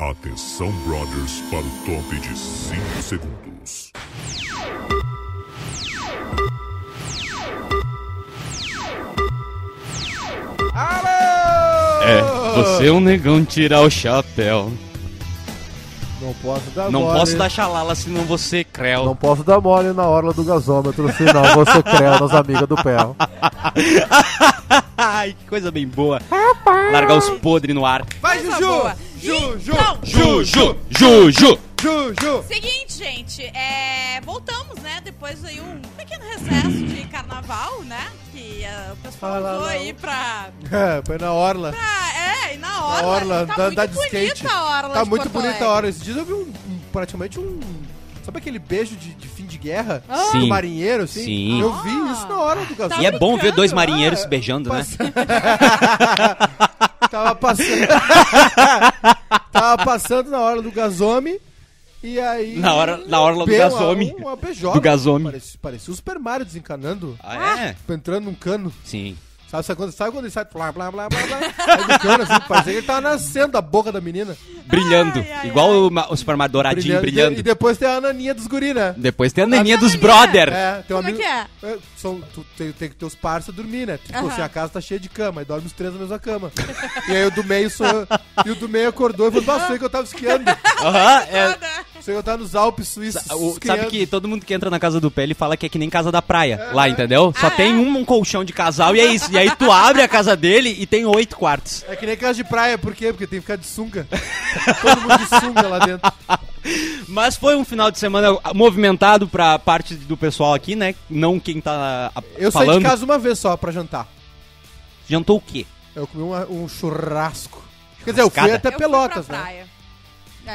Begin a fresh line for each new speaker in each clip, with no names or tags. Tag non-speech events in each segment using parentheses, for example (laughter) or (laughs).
Atenção, brothers, para o top de 5 segundos.
É, você é um negão tirar o chapéu.
Não posso dar
Não
mole.
é.
posso dar xalala, senão você creu.
Não posso dar mole na orla do gasômetro, senão vou
(laughs)
ser creu nas amigas do pé.
Ai, que coisa bem boa. Largar os podres no ar.
Vai,
Coisa
Juju!
boa.
Ju, Ju,
Então,
Juju, Juju.
Ju, Ju!
seguinte, gente, é, voltamos, né? Depois aí um pequeno recesso de carnaval, né? Que ah, o pessoal
Ah, lá,
usou
lá.
aí pra.
É, Foi na orla.
pra- é, e na
Na
orla.
orla,
tá
dá-
muito
dá de
bonita
skate.
a orla.
Tá
de
muito
Porto
bonita a
Alegre.
hora. Esses dias eu vi um, um- praticamente um. Sabe aquele beijo de, de fim de guerra?
Sim.
Do marinheiro, assim?
Sim.
Eu vi isso na hora do
Ah. Tá
gasômetro.
E é bom ver dois
brincando,
marinheiros se beijando, né?
(laughs) Tava
(laughs)
passando. Tava passando na hora do gasome. E aí.
Na hora- na orla do
Pe- uma-
gasome.
Uma, beijoca.
Do gasome.
Parecia, parecia o Super Mario desencanando.
Ah, é?
Entrando num cano.
Sim.
Sabe, sabe, quando, sabe quando ele sai. Blá, blá, blá, blá, blá. Sai do cano, assim, parecia que ele tava nascendo a boca da menina.
Brilhando.
Ai, ai,
Igual o, ma- o Super Mario douradinho
E
brilhando.
depois tem a naninha dos guri, né?
Depois tem a naninha dos
Naninha.
brother. (laughs)
É, tem um
Como é
amigo.
que é?
É, são, tu tem, tem que ter os parça dormir, né? Tipo,
Aham.
assim, a casa tá cheia de cama, aí dorme os três na mesma cama. e aí o do meio sou eu, e o do meio acordou e falou, nossa, sei que eu tava esquiando.
Aham, é.
Foda.
Sei que eu tava nos Alpes Suíços.
O-
esquiando."
sabe que todo mundo que entra na casa do pé, ele fala que é que nem casa da praia, lá, entendeu? Só
Ah,
tem
é?
um, um colchão de casal e é isso. E aí tu abre a casa dele e tem oito quartos.
É que nem casa de praia, por quê? Porque tem que ficar de sunga. Todo mundo de sunga lá dentro.
Mas foi um final de semana movimentado pra parte do pessoal aqui, né? Não quem tá a-
Eu
falando.
saí de casa uma vez só pra jantar.
Jantou o quê?
Eu comi uma- um churrasco. Quer dizer, eu fui
Churrascada?
até
Eu
Pelotas,
fui pra
né?
praia.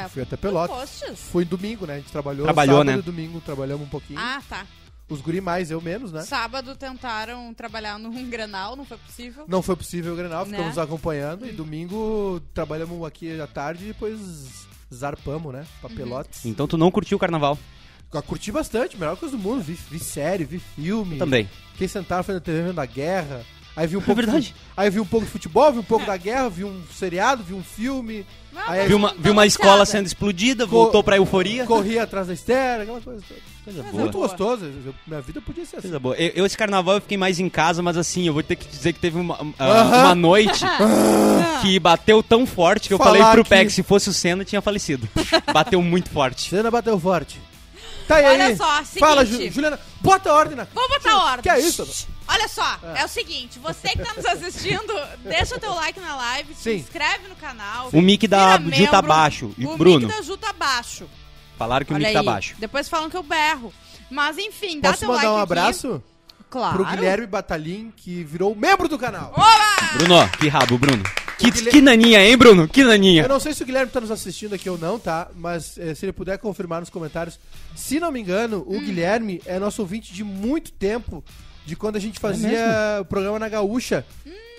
É,
Fui até
fui em
Pelotas.
Postes.
Fui domingo, né? A gente trabalhou
Trabalhou,
sábado
né?
e domingo, trabalhamos um pouquinho.
Ah, tá.
Os guri mais, eu menos, né?
Sábado tentaram trabalhar num (laughs) granal, não foi possível.
Não foi possível o Grenal, ficamos
Né?
acompanhando. E domingo trabalhamos aqui à tarde e depois zarpamos, né? Pra
Uhum.
Pelotas.
Então tu não curtiu o carnaval
Eu Curti bastante, melhor coisa do mundo. Vi, vi série, vi filme.
também. É
Fiquei sentado frente à TV vendo a guerra. Aí vi um pouco. de
verdade.
fute- Aí vi um pouco de futebol, vi um pouco da guerra, vi um seriado, vi um filme.
Mas
Aí
Viu uma,
não tá
viu uma
balanceada.
escola sendo explodida, voltou pra euforia.
Corri atrás da estera, aquela coisa. toda.
Coisa
Mas
boa.
Muito
Boa.
gostoso. eu- minha vida podia ser assim.
Coisa boa. Eu, eu esse carnaval eu fiquei mais em casa, mas assim, eu vou ter que dizer que teve uma, ah,
Aham. Ah.
uma
(laughs)
noite que bateu tão forte que eu
Falar
falei pro
aqui.
Peck, se fosse o Senna, tinha falecido. (laughs) Bateu muito forte.
Juliana bateu forte. Tá e aí.
Olha só, seguinte.
Fala, Ju- Juliana. Bota ordem na.
Vamos botar a ordem.
Que é isso?
Olha só, é. o seguinte, você que tá nos assistindo,
(laughs)
deixa o teu like na live, se
Sim.
inscreve no canal.
O mic da
vira
Ju tá
membro.
baixo. E
O
Bruno,
mic da Ju tá baixo.
falaram que o
Olha
mic
aí.
tá baixo.
Depois falam que eu berro. Mas enfim, dá
Posso
teu
mandar
like
um
aqui.
abraço?
Claro.
pro Guilherme Batalhin, que virou membro do canal.
Bruno, que rabo, Bruno. Que,
Guilherme-
que naninha, hein, Bruno? Que naninha.
Eu não sei se o Guilherme tá nos assistindo aqui ou não, tá? Mas eh, se ele puder confirmar nos comentários. Se não me engano, o Guilherme é nosso ouvinte de muito tempo, de quando a gente fazia o programa na Gaúcha.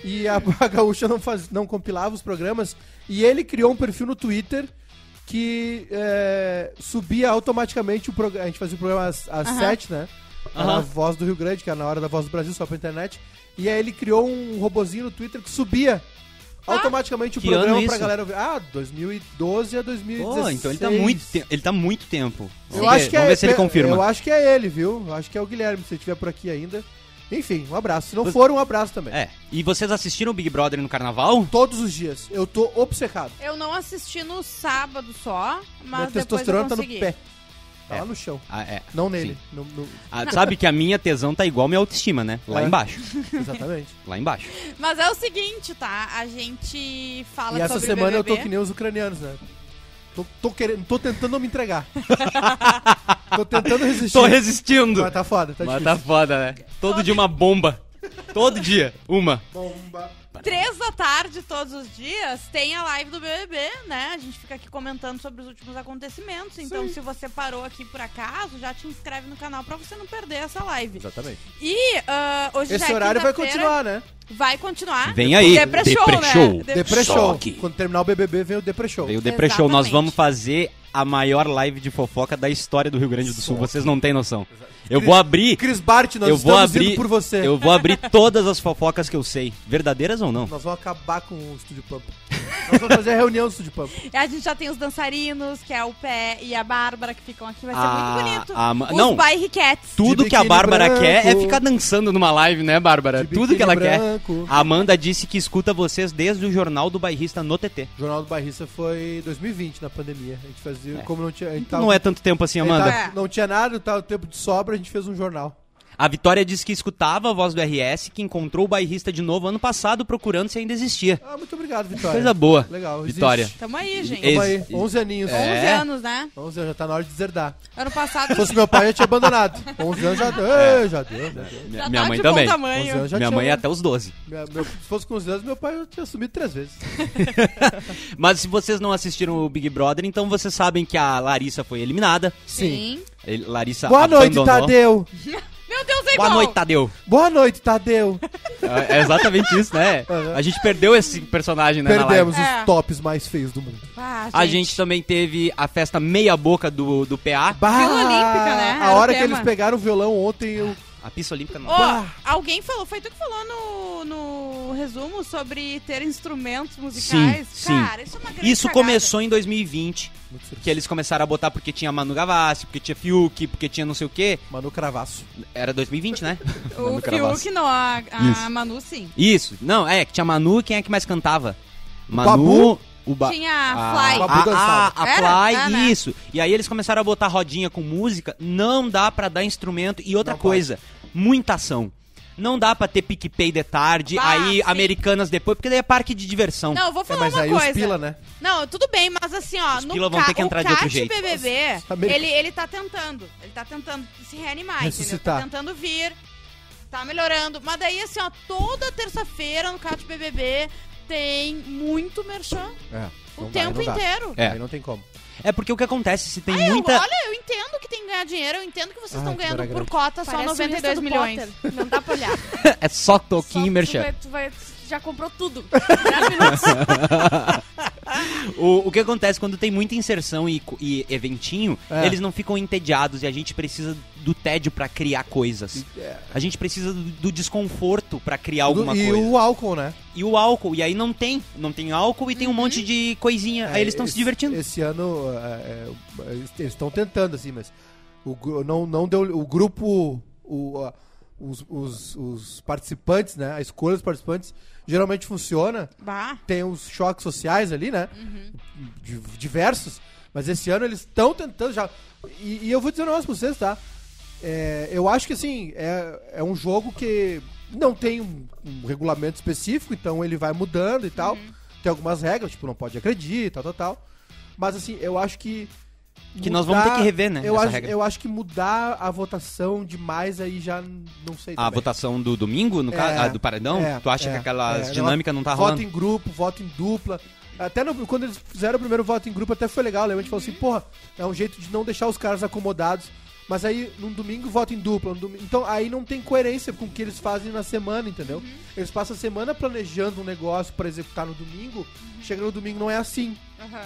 E a, (laughs) a Gaúcha não, faz, não compilava os programas. E ele criou um perfil no Twitter que eh, subia automaticamente o programa. A gente fazia o programa às, às
Aham.
7, né? Era
Aham.
A voz do Rio Grande, que era na hora da voz do Brasil, só pra internet. E aí ele criou um robozinho no Twitter que subia
Tá.
automaticamente o
Que
programa
ano
pra
isso?
galera ouvir. Ah, 2012 a 2016.
Pô, então ele tá muito, te- ele tá muito tempo.
Eu
Vamos
acho
ver,
que
vamos
é,
ver se ele confirma.
Eu acho que é ele, viu? Eu acho que é o Guilherme, se ele estiver por aqui ainda. Enfim, um abraço. Se não for, um abraço também.
É. E vocês assistiram o Big Brother no carnaval?
Todos os dias. Eu tô obcecado.
Eu não assisti no sábado só,
Minha
mas depois eu
testosterona tá no
consegui.
pé. Tá
É.
lá no chão.
Ah, é.
Não nele.
Sim.
No, no- (laughs)
Ah, sabe que a minha tesão tá igual minha autoestima, né? Lá
É.
embaixo.
Exatamente.
Lá
(laughs)
embaixo.
Mas é o seguinte, tá? A gente fala
e essa
sobre
semana eu
BBB.
tô que nem os ucranianos, né? Tô, tô querendo, tô tentando não
(laughs)
me entregar. tô tentando resistir.
Tô resistindo.
Mas tá foda, tá
Mas
difícil.
tá foda, né? Todo dia uma bomba. Todo dia, uma.
Bomba.
Três da tarde, todos os dias, tem a live do BBB, né? A gente fica aqui comentando sobre os últimos acontecimentos. Então, se você parou aqui por acaso, já te inscreve no canal pra você não perder essa live.
Exatamente.
E ah, hoje já
Esse
é
horário vai
quinta-feira.
continuar, né?
Vai continuar.
Vem aí.
Depresshow,
Depresshow.
né?
Depreshow.
Choque.
Quando terminar o BBB, vem o Depreshow.
Veio o Depreshow. Nós
Exatamente.
vamos fazer a maior live de fofoca da história do Rio Grande do Sul. Vocês não têm noção. Eu vou abrir.
Cris Bart, nós
Eu vou
estamos
abrir.
indo por você.
Eu vou abrir todas as fofocas que eu sei. Verdadeiras ou não?
Nós vamos acabar com o Studio Pump. Nós vamos fazer a reunião do Estúdio Pampa.
A gente já tem os dançarinos, que é o Pé e a Bárbara, que ficam aqui. Vai ser
Ah,
muito bonito.
ah, ma-
os
não.
Bairro Cats.
Tudo
De
que a
biquíni
Bárbara
branco.
quer é ficar dançando numa live, né, Bárbara?
De
Tudo que ela
biquíni
quer.
branco.
A Amanda disse que escuta vocês desde o jornal do bairrista no TT.
O Jornal do Barrista foi 2020, na pandemia. A gente fazia, como não tinha... a gente
Não é tanto tempo assim,
a gente
Amanda.
tava- não tinha nada, tava tempo de sobra, a gente fez um jornal.
A Vitória disse que escutava a voz do RS, que encontrou o bairrista de novo ano passado procurando se ainda existia.
Ah, muito obrigado, Vitória.
Coisa boa.
Legal, existe.
Vitória.
Tamo aí, gente.
Esse-
Tamo aí, 11 aninhos.
11
É.
anos, né?
11 anos, já tá na hora de deserdar.
Ano passado.
Se fosse meu pai, eu tinha abandonado. 11 anos já deu,
É.
Ei, já deu, já deu.
já
minha
tá
mãe
de
também.
bom
11
tamanho.
anos já
Minha
tinha-
mãe é até os 12.
Minha- meu- se fosse com 11 anos, meu pai eu tinha sumido três vezes.
Mas se vocês não assistiram o Big Brother, então vocês sabem que a Larissa foi eliminada.
Sim.
Ele- Larissa
Boa noite,
abandonou.
Tadeu.
(laughs) Meu Deus, é
Boa
igual.
noite, Tadeu.
Boa noite, Tadeu.
É é exatamente isso, né? A gente perdeu esse personagem, né? na live.
Perdemos
É.
os tops mais feios do mundo.
Ah,
A gente também teve a festa meia boca do, do PA.
Bah,
Olímpica, né? Era
A
o
hora que
tema.
eles pegaram o violão ontem, eu...
A pista olímpica não.
Ô, alguém falou, foi tu que falou no, no resumo sobre ter instrumentos musicais?
Sim,
Cara, isso é uma grande
Isso
cagada.
começou em 2020,
Muito
que eles começaram a botar porque tinha Manu Gavassi, porque tinha Fiuk, porque tinha não sei o quê.
Manu Cravaço.
Era 2020,
(laughs)
né?
O
Manu Gavassi.
Fiuk não, a, a
Isso.
Manu sim.
Isso. Não, é, que tinha Manu, quem é que mais cantava?
Babu.
o ba...
Tinha
Ah.
a Fly.
Babu
a, a,
dançava.
a
Era?
Fly,
Ah, né?
isso. E aí eles começaram a botar rodinha com música. Não dá pra dar instrumento. E outra
Não pode.
coisa, muita ação. Não dá pra ter PicPay de tarde,
Ah,
aí
sim.
americanas depois, porque daí é parque de diversão.
Não, eu vou falar
É, mas
uma
aí
coisa.
os pila, né?
Não, tudo bem, mas assim, ó,
Os
no
pila vão
ca-
ter que entrar
o
de outro
Cat
jeito.
BBB,
Nossa, América.
ele, ele tá tentando. Ele tá tentando se reanimar,
Ressuscitar.
entendeu? Tá tentando vir, tá melhorando. Mas daí, assim, ó, toda terça-feira no Cat BBB tem muito merchan
É.
o tempo inteiro.
É.
Aí não tem como.
É porque o que acontece, se tem
Eu-
muita.
olha, eu entendo que tem que ganhar dinheiro, eu entendo que vocês
Ai,
estão
que
ganhando
maravilha.
por cota só
Parece
92
o
milhões.
milhões. Não dá pra
(laughs)
olhar.
(laughs) é só
Só
toquinho e
tu
merchan.
vai- tu vai- tu já comprou tudo. Dez minutos.
O, o que acontece quando tem muita inserção e, co- e eventinho,
É.
eles não ficam entediados e a gente precisa do tédio pra criar coisas.
É.
A gente precisa do, do desconforto pra criar alguma
e
coisa.
o álcool, né?
E o álcool, e aí não tem. Não tem álcool e tem um monte de coisinha. aí eles estão se
É, Esse-
divertindo.
Esse ano, é, é, eles estão tentando, assim, mas o, gru- não, não deu. O grupo. o, a- os, os- os participantes, né? A escolha dos participantes geralmente funciona.
Bah.
Tem uns choques sociais ali, né? Di- Diversos. Mas esse ano eles estão tentando já. E, e eu vou dizer um negócio pra vocês, tá? É, eu acho que assim, é, é um jogo que não tem um, um regulamento específico, então ele vai mudando e tal. Tem algumas regras, tipo, não pode agredir, tal, tal, tal. Mas assim, eu acho que.
Que nós vamos ter que rever, né,
Eu
essa
acho,
regra.
eu acho que mudar a votação demais aí já n- não sei.
A
também.
Ah, votação do domingo, no
É,
caso, ah, do Paredão,
é,
tu acha
é,
que aquela
é.
dinâmica não tá
Voto
rolando?
em grupo, voto em dupla. Até no- quando eles fizeram o primeiro voto em grupo, até foi legal. Lembra? A gente falou assim, porra, é um jeito de não deixar os caras acomodados. Mas aí, num domingo, voto em dupla. num domingo- Então, aí não tem coerência com o que eles fazem na semana, entendeu? Eles passam a semana planejando um negócio pra executar no domingo. Chega no domingo, não é assim.
Aham.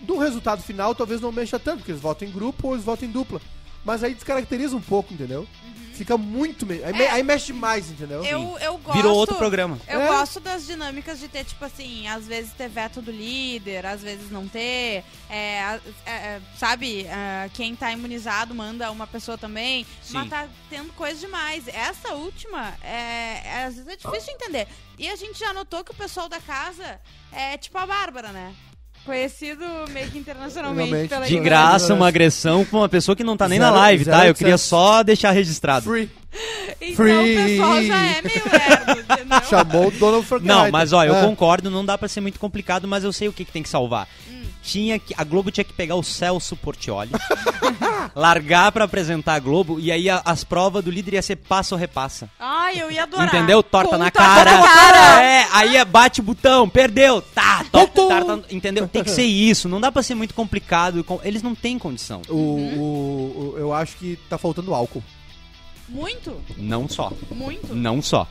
Do resultado final, talvez não mexa tanto, porque eles votam em grupo ou eles votam em dupla. Mas aí descaracteriza um pouco, entendeu? Fica muito... Me... Aí, me- aí mexe demais, entendeu?
Eu, eu gosto.
Virou outro programa.
Eu
É.
gosto das dinâmicas de ter, tipo assim, às vezes ter veto do líder, às vezes não ter. É, a- é, é, sabe, ah, quem tá imunizado manda uma pessoa também.
Sim.
Mas tá tendo coisa demais. Essa última, é, é, às vezes é difícil de entender. E a gente já notou que o pessoal da casa é tipo a Bárbara, né? Conhecido meio que internacionalmente
Realmente,
pela
De
Aí,
graça,
né?
uma agressão com uma pessoa que não tá nem na
Zero-
live, tá?
zero
Eu queria
oitocentos.
só deixar registrado.
Free.
Então
Free.
o pessoal já é
(laughs)
meio lerdo, entendeu?
(laughs) Chamou o Donald Frankenheim.
Não, mas ó, eu
Ah.
concordo, não dá pra ser muito complicado, mas eu sei o que, que tem que salvar. Tinha que, a Globo tinha que pegar o Celso Portioli, (laughs) largar pra apresentar a Globo, e aí a- as provas do líder ia ser passo ou repassa.
Ai, eu ia adorar.
Entendeu? Torta
Com
na
torta
cara.
na cara.
É, aí é bate o botão, perdeu. Tá, to- tarta- entendeu? Tem que ser isso, não dá pra ser muito complicado. com- Eles não têm condição.
O, o- o- eu acho que tá faltando álcool.
Muito,
Não só.
muito.
Não só.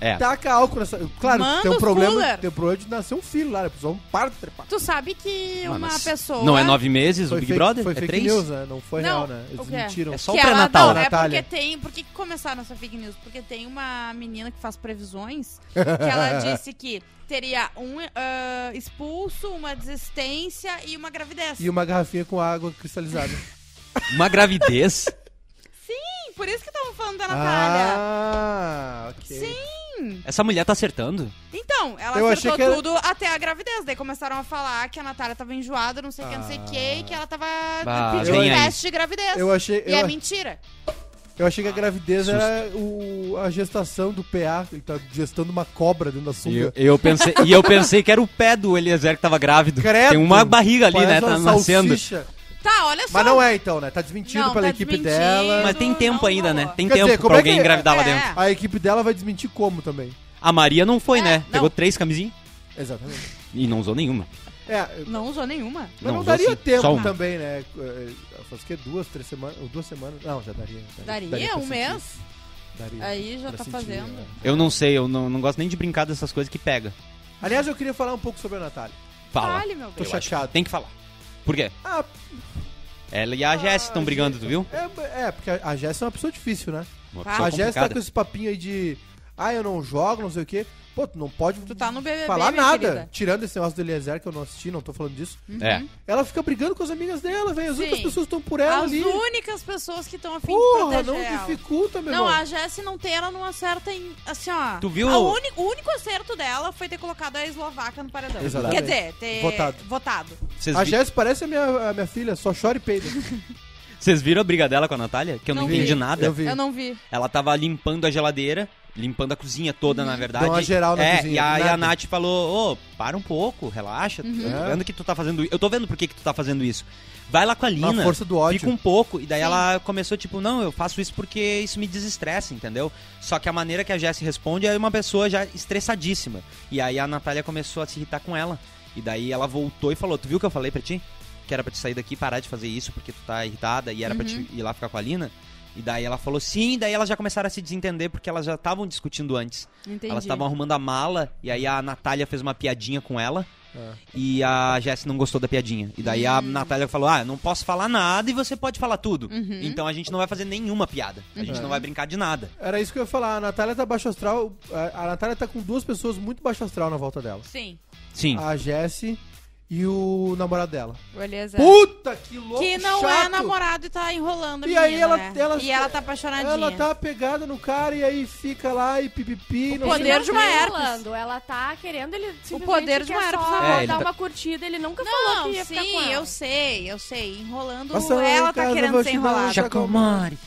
É.
Taca Tá álcool nessa. Claro,
Manda
tem um
os
problema.
cooler.
Tem um problema de nascer um filho lá, né? Precisou um par de trepar.
Tu sabe que
Mas
uma pessoa.
Não é nove meses o Big
fake-
Brother?
Foi
é
fake
três?
news, né? Não foi real,
Não,
né?
o
Eles
que é?
mentiram.
É só o
que ela-
pré-natal.
Não, é
Natália.
porque tem. Por que que começaram essa fake news? Porque tem uma menina que faz previsões que
(laughs)
ela disse que teria um ah, expulso, uma desistência e uma gravidez.
E uma garrafinha com água
(laughs)
cristalizada.
Uma gravidez?
Sim, por isso que estavam falando da Natália.
ah, ok.
Sim.
Essa mulher tá acertando?
Então, ela
Eu achei
acertou
que era-
tudo até a gravidez. Daí começaram a falar que a Natália tava enjoada, não sei o que, não sei o que, e que ela tava
Bah,
pedindo um
vem aí.
teste de gravidez.
Ah. Eu achei,
E é
eu,
mentira.
eu achei que a gravidez era o, a gestação do PA. Ele tá gestando uma cobra dentro da sunga.
pensei, e eu pensei que era o pé do Eliezer que tava grávido.
Credo.
Tem uma barriga ali,
Parece
né? Tá
uma
nascendo.
salsicha.
Tá, olha só.
Mas não é então, né? Tá desmentindo
Não,
pela
tá
equipe
desmentindo.
dela.
Mas tem
Não,
tempo
não
ainda, né?
rolou.
Tem
Quer
tempo
dizer, como
pra
é
alguém
que-
engravidar lá
É.
dentro.
A equipe dela vai desmentir como também.
A Maria não foi,
É,
né?
não.
Pegou três camisinhas
Exatamente.
e não usou nenhuma.
É,
Não usou nenhuma.
mas não,
usou
daria
sim, só
tempo
uma.
também, né? Eh, Faz o quê? Duas, três semanas? Ou duas semanas? Não, já daria.
Daria,
pra
um
sentir.
mês.
Daria.
Aí já
pra
tá
sentir,
fazendo.
né?
Eu não sei, eu não, não gosto nem de brincar dessas coisas que pega.
Aliás, eu queria falar um pouco sobre a Natália.
Fala.
Fale, meu
Tô
bem.
chateado.
Tem que falar. Por quê?
Ah,
Ela e a Jess estão brigando, tu viu?
é, é, porque a Jéssica é uma pessoa difícil, né?
Uma
Ah,
pessoa
a Jéssica tá
complicada.
com esse papinho aí de. Ah, eu não jogo, não sei o quê. Pô, tu não pode
Tu tá no BBB,
falar
minha
nada.
querida. Hum.
Tirando esse negócio do Eliezer, que eu não assisti, não tô falando disso.
É.
Ela fica brigando com as amigas dela, velho. As
Sim.
outras pessoas estão por ela
As
ali.
únicas pessoas que estão afim
Porra,
de
não
proteger ela.
dificulta, meu
Não,
irmão.
a Jessie não tem, ela não acerta em. Assim, ó.
Tu viu?
a uni- o único acerto dela foi ter colocado a Eslovaca no paredão. Quer
Exatamente.
dizer, ter.
Votado.
Votado.
Vocês
A
vi-
Jéssica parece a minha, a minha filha, só chora e peida.
vocês viram a briga dela com a Natália? Que eu não,
Não
entendi
vi.
nada.
Eu vi.
Eu não vi.
Ela tava limpando a geladeira, limpando a cozinha toda, na verdade.
Deu uma geral na
é,
cozinha,
E a,
do
e a
nada.
Nath falou, ô, para um pouco, relaxa. Eu tô
É.
vendo que tu tá fazendo isso. Eu tô vendo por que, que tu tá fazendo isso. Vai lá com a Lina.
Na força do ódio.
Fica um pouco. E daí ela começou, tipo, não, eu faço isso porque isso me desestressa, entendeu? Só que a maneira que a Jessie responde é uma pessoa já estressadíssima. E aí a Natália começou a se irritar com ela. E daí ela voltou e falou, tu viu o que eu falei pra ti? Que era pra te sair daqui e parar de fazer isso porque tu tá irritada e era pra te ir lá ficar com a Lina. E daí ela falou sim, daí elas já começaram a se desentender porque elas já estavam discutindo antes.
Entendi.
Elas estavam arrumando a mala e aí a Natália fez uma piadinha com ela.
É.
E a Jess não gostou da piadinha. E daí
Hum.
a Natália falou: Ah, não posso falar nada e você pode falar tudo.
Uhum.
Então a gente não vai fazer nenhuma piada. A
Uhum.
gente não vai brincar de nada.
Era isso que eu ia falar. A Natália tá baixo astral. A, a Natália tá com duas pessoas muito baixo astral na volta dela.
Sim.
Sim.
A Jessie e o namorado dela.
O Eliezer.
Puta que louco!
É. que não
chato.
é namorado e tá enrolando a
E aí
menina,
ela-
né?
ela-
E ela tá apaixonadinha.
Ela tá pegada no cara e aí fica lá e pipipi.
O
não
poder
sei-
de uma
tá
herpes.
enrolando, Ela tá querendo ele simplesmente
poder de uma
quer
herpes
só
na
mão. É, ele
dar
tá-
uma curtida, ele nunca falou que
Não,
ia ficar com
sim,
ela.
eu sei, eu sei. Enrolando,
Nossa,
ela tá
cara,
querendo
vou
ser
te dar- um
enrolada.
Chacomari.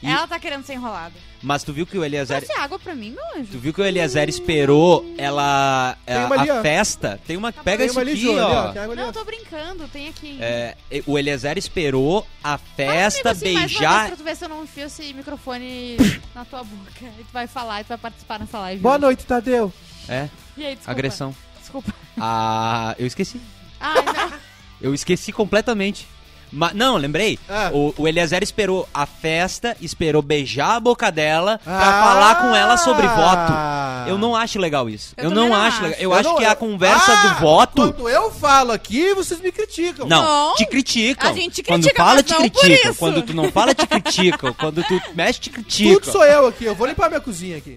E-
Ela tá querendo ser enrolada.
Mas tu viu que o Eliezer.
Trouxe água pra mim, meu anjo.
Tu viu que o Eliezer esperou ela. é,
Tem
a-
uma ali,
a
ó.
festa? Tem uma. Pega
Tem
esse
uma ali,
aqui,
Jô, ali, ó,
ó.
tem água ali,
Não,
ó.
tô brincando, tem aqui.
É, o Eliezer esperou a festa
Fala comigo assim, mais uma
beijar.
vez pra tu ver se eu não enfio esse microfone na tua boca. E tu vai falar, e tu vai participar nessa live.
Boa noite, Tadeu.
É,
E aí, desculpa.
agressão.
Desculpa.
Ah, eu esqueci.
(laughs) É,
Ai,
né,
não.
Eu esqueci completamente. Mas, não, lembrei.
Ah.
O, o Eliezer esperou a festa, esperou beijar a boca dela pra
Ah!
falar com ela sobre voto. Eu não acho legal isso. Eu,
Eu também
não
não
acho
acho.
legal. Eu,
Eu
acho
não-
que a
eu-
conversa
Ah,
do voto.
Quando eu falo aqui, vocês me criticam.
Não,
Não.
te criticam.
A gente
quando
critica,
fala,
mas
te
não por
criticam.
isso.
Quando tu não fala, te criticam. Quando tu mexe, te criticam.
Tudo sou eu aqui. Eu vou limpar minha cozinha aqui.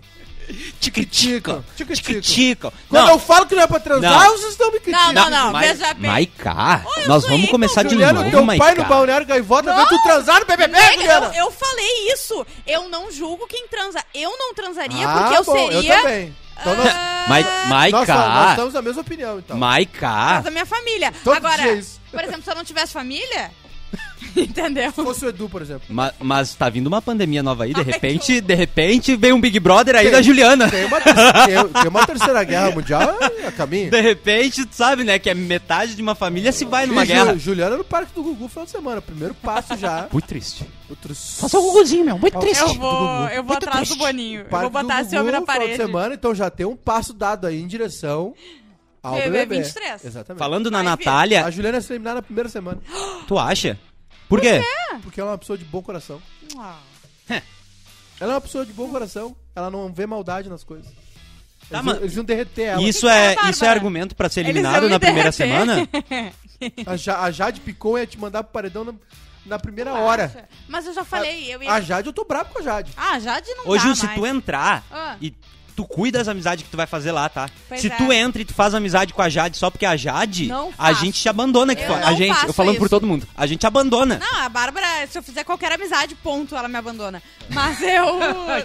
Te criticam.
Te
Te
criticam.
criticam.
Quando
Não,
eu falo que não é pra transar,
Não.
vocês estão me criticando.
Não, não,
mas,
veja bem.
Maiká, nós
sou ícone,
vamos começar de
Juliana,
novo,
teu pai
Maiká.
no né? balneário gaivota veio tu transar no BBB,
Nega,
Juliana?
é eu, eu falei isso. Eu não julgo quem transa. Eu não transaria
Ah,
porque eu
bom,
seria.
Eu também. Então nós,
Mai- Maiká.
nós, nós estamos da mesma opinião, então.
Maiká.
da minha família.
Todo
Agora,
dia é isso.
por exemplo, se eu não tivesse família. (laughs) Entendeu?
Se fosse o Edu, por exemplo.
Ma- mas tá vindo uma pandemia nova aí,
(laughs)
de
Ai,
repente, de repente vem um Big Brother aí da Juliana.
Tem uma, ter- tem uma terceira guerra mundial é, a caminho.
De repente, tu sabe, né, que é metade de uma família se vai numa
E Ju-
guerra.
Juliana no Parque do Gugu final de semana. Primeiro passo já. é
Muito triste.
Outro
Faça o Guguzinho, meu, muito
Eu
triste.
Eu vou,
Gugu.
eu vou
Muito
atrás do
triste.
Boninho. Eu vou
Parque do
botar esse
Gugu,
homem na
final de
parede.
semana, então já tem um passo dado aí em direção ao
BBB
BBB.
23.
Exatamente.
Falando na
Vai ver.
A
Natália,
Juliana se eliminar na
(gasps)
primeira semana,
tu acha? Por quê?
porque ela é uma pessoa de bom coração.
Ah.
Ela é uma pessoa de bom coração. Ela não vê maldade nas coisas.
Tá,
eles,
mas-
iam- eles iam derreter ela.
Isso
que que é,
é,
Bárbara?
isso é argumento pra ser
Eles
eliminado
vão
na
me
primeira
derreter. (laughs)
semana?
A, Ja- a Jade Picon ia te mandar pro paredão na, na primeira hora.
Acha? Mas eu já falei, eu ia.
A Jade, eu tô brabo com a Jade.
Ah, Jade não
Hoje,
dá
se
é-
mais.
tu entrar
Ah.
e tu cuida das amizades que tu vai fazer lá, tá?
Pois
se
é.
tu entra e tu faz amizade com a Jade só porque é a Jade,
Não
a
faço.
gente te abandona aqui
Eu
fora.
não
A gente, eu
faço
falando por
isso.
todo mundo, a gente abandona.
Não, a Bárbara, se eu fizer qualquer amizade, ponto, ela me abandona. Mas
(laughs)
eu.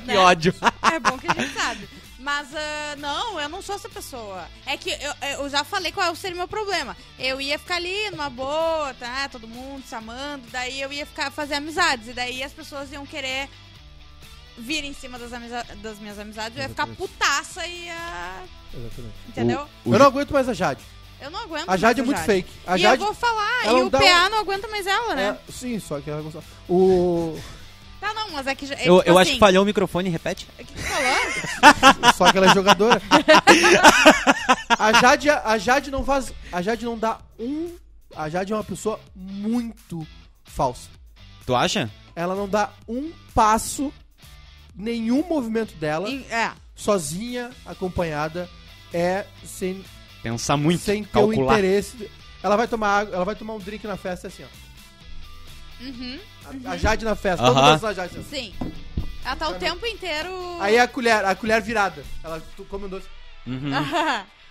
que
né?
ódio.
É bom que a gente sabe. Mas ah, não, eu não sou essa pessoa. É que eu, eu já falei qual seria o meu problema. Eu ia ficar ali numa boa, tá? Todo mundo se amando. Daí eu ia ficar fazer amizades. E daí as pessoas iam querer vir em cima das, amiza- das minhas amizades. Eu ia ficar putaça e ia.
Exatamente.
Entendeu?
eu não aguento mais a Jade.
Eu não aguento.
A Jade é
mais
muito fake. A
e
Jade.
eu vou falar,
ela
e
não
o
dá
PA
um-
não aguenta mais ela, né?
É, sim, só que ela gostava. O.
Tá, não, mas é que. já- É,
Eu,
tipo
eu acho
assim,
que falhou o microfone, repete.
O que tu
(laughs)
falou?
Só que ela é jogadora. (laughs) a, Jade, a Jade não faz. A Jade não dá um. A Jade é uma pessoa muito falsa.
Tu acha?
Ela não dá um passo, nenhum movimento dela,
Em- é.
sozinha, acompanhada, é sem,
Pensar muito,
sem ter o
calcular.
interesse. Ela vai tomar água, ela vai tomar um drink na festa assim, ó. A- A Jade na festa, todo
Aham.
mundo dança na Jade. assim.
Sim. Ela tá o tempo inteiro.
Aí a colher, a colher virada. Ela tu- come um doce.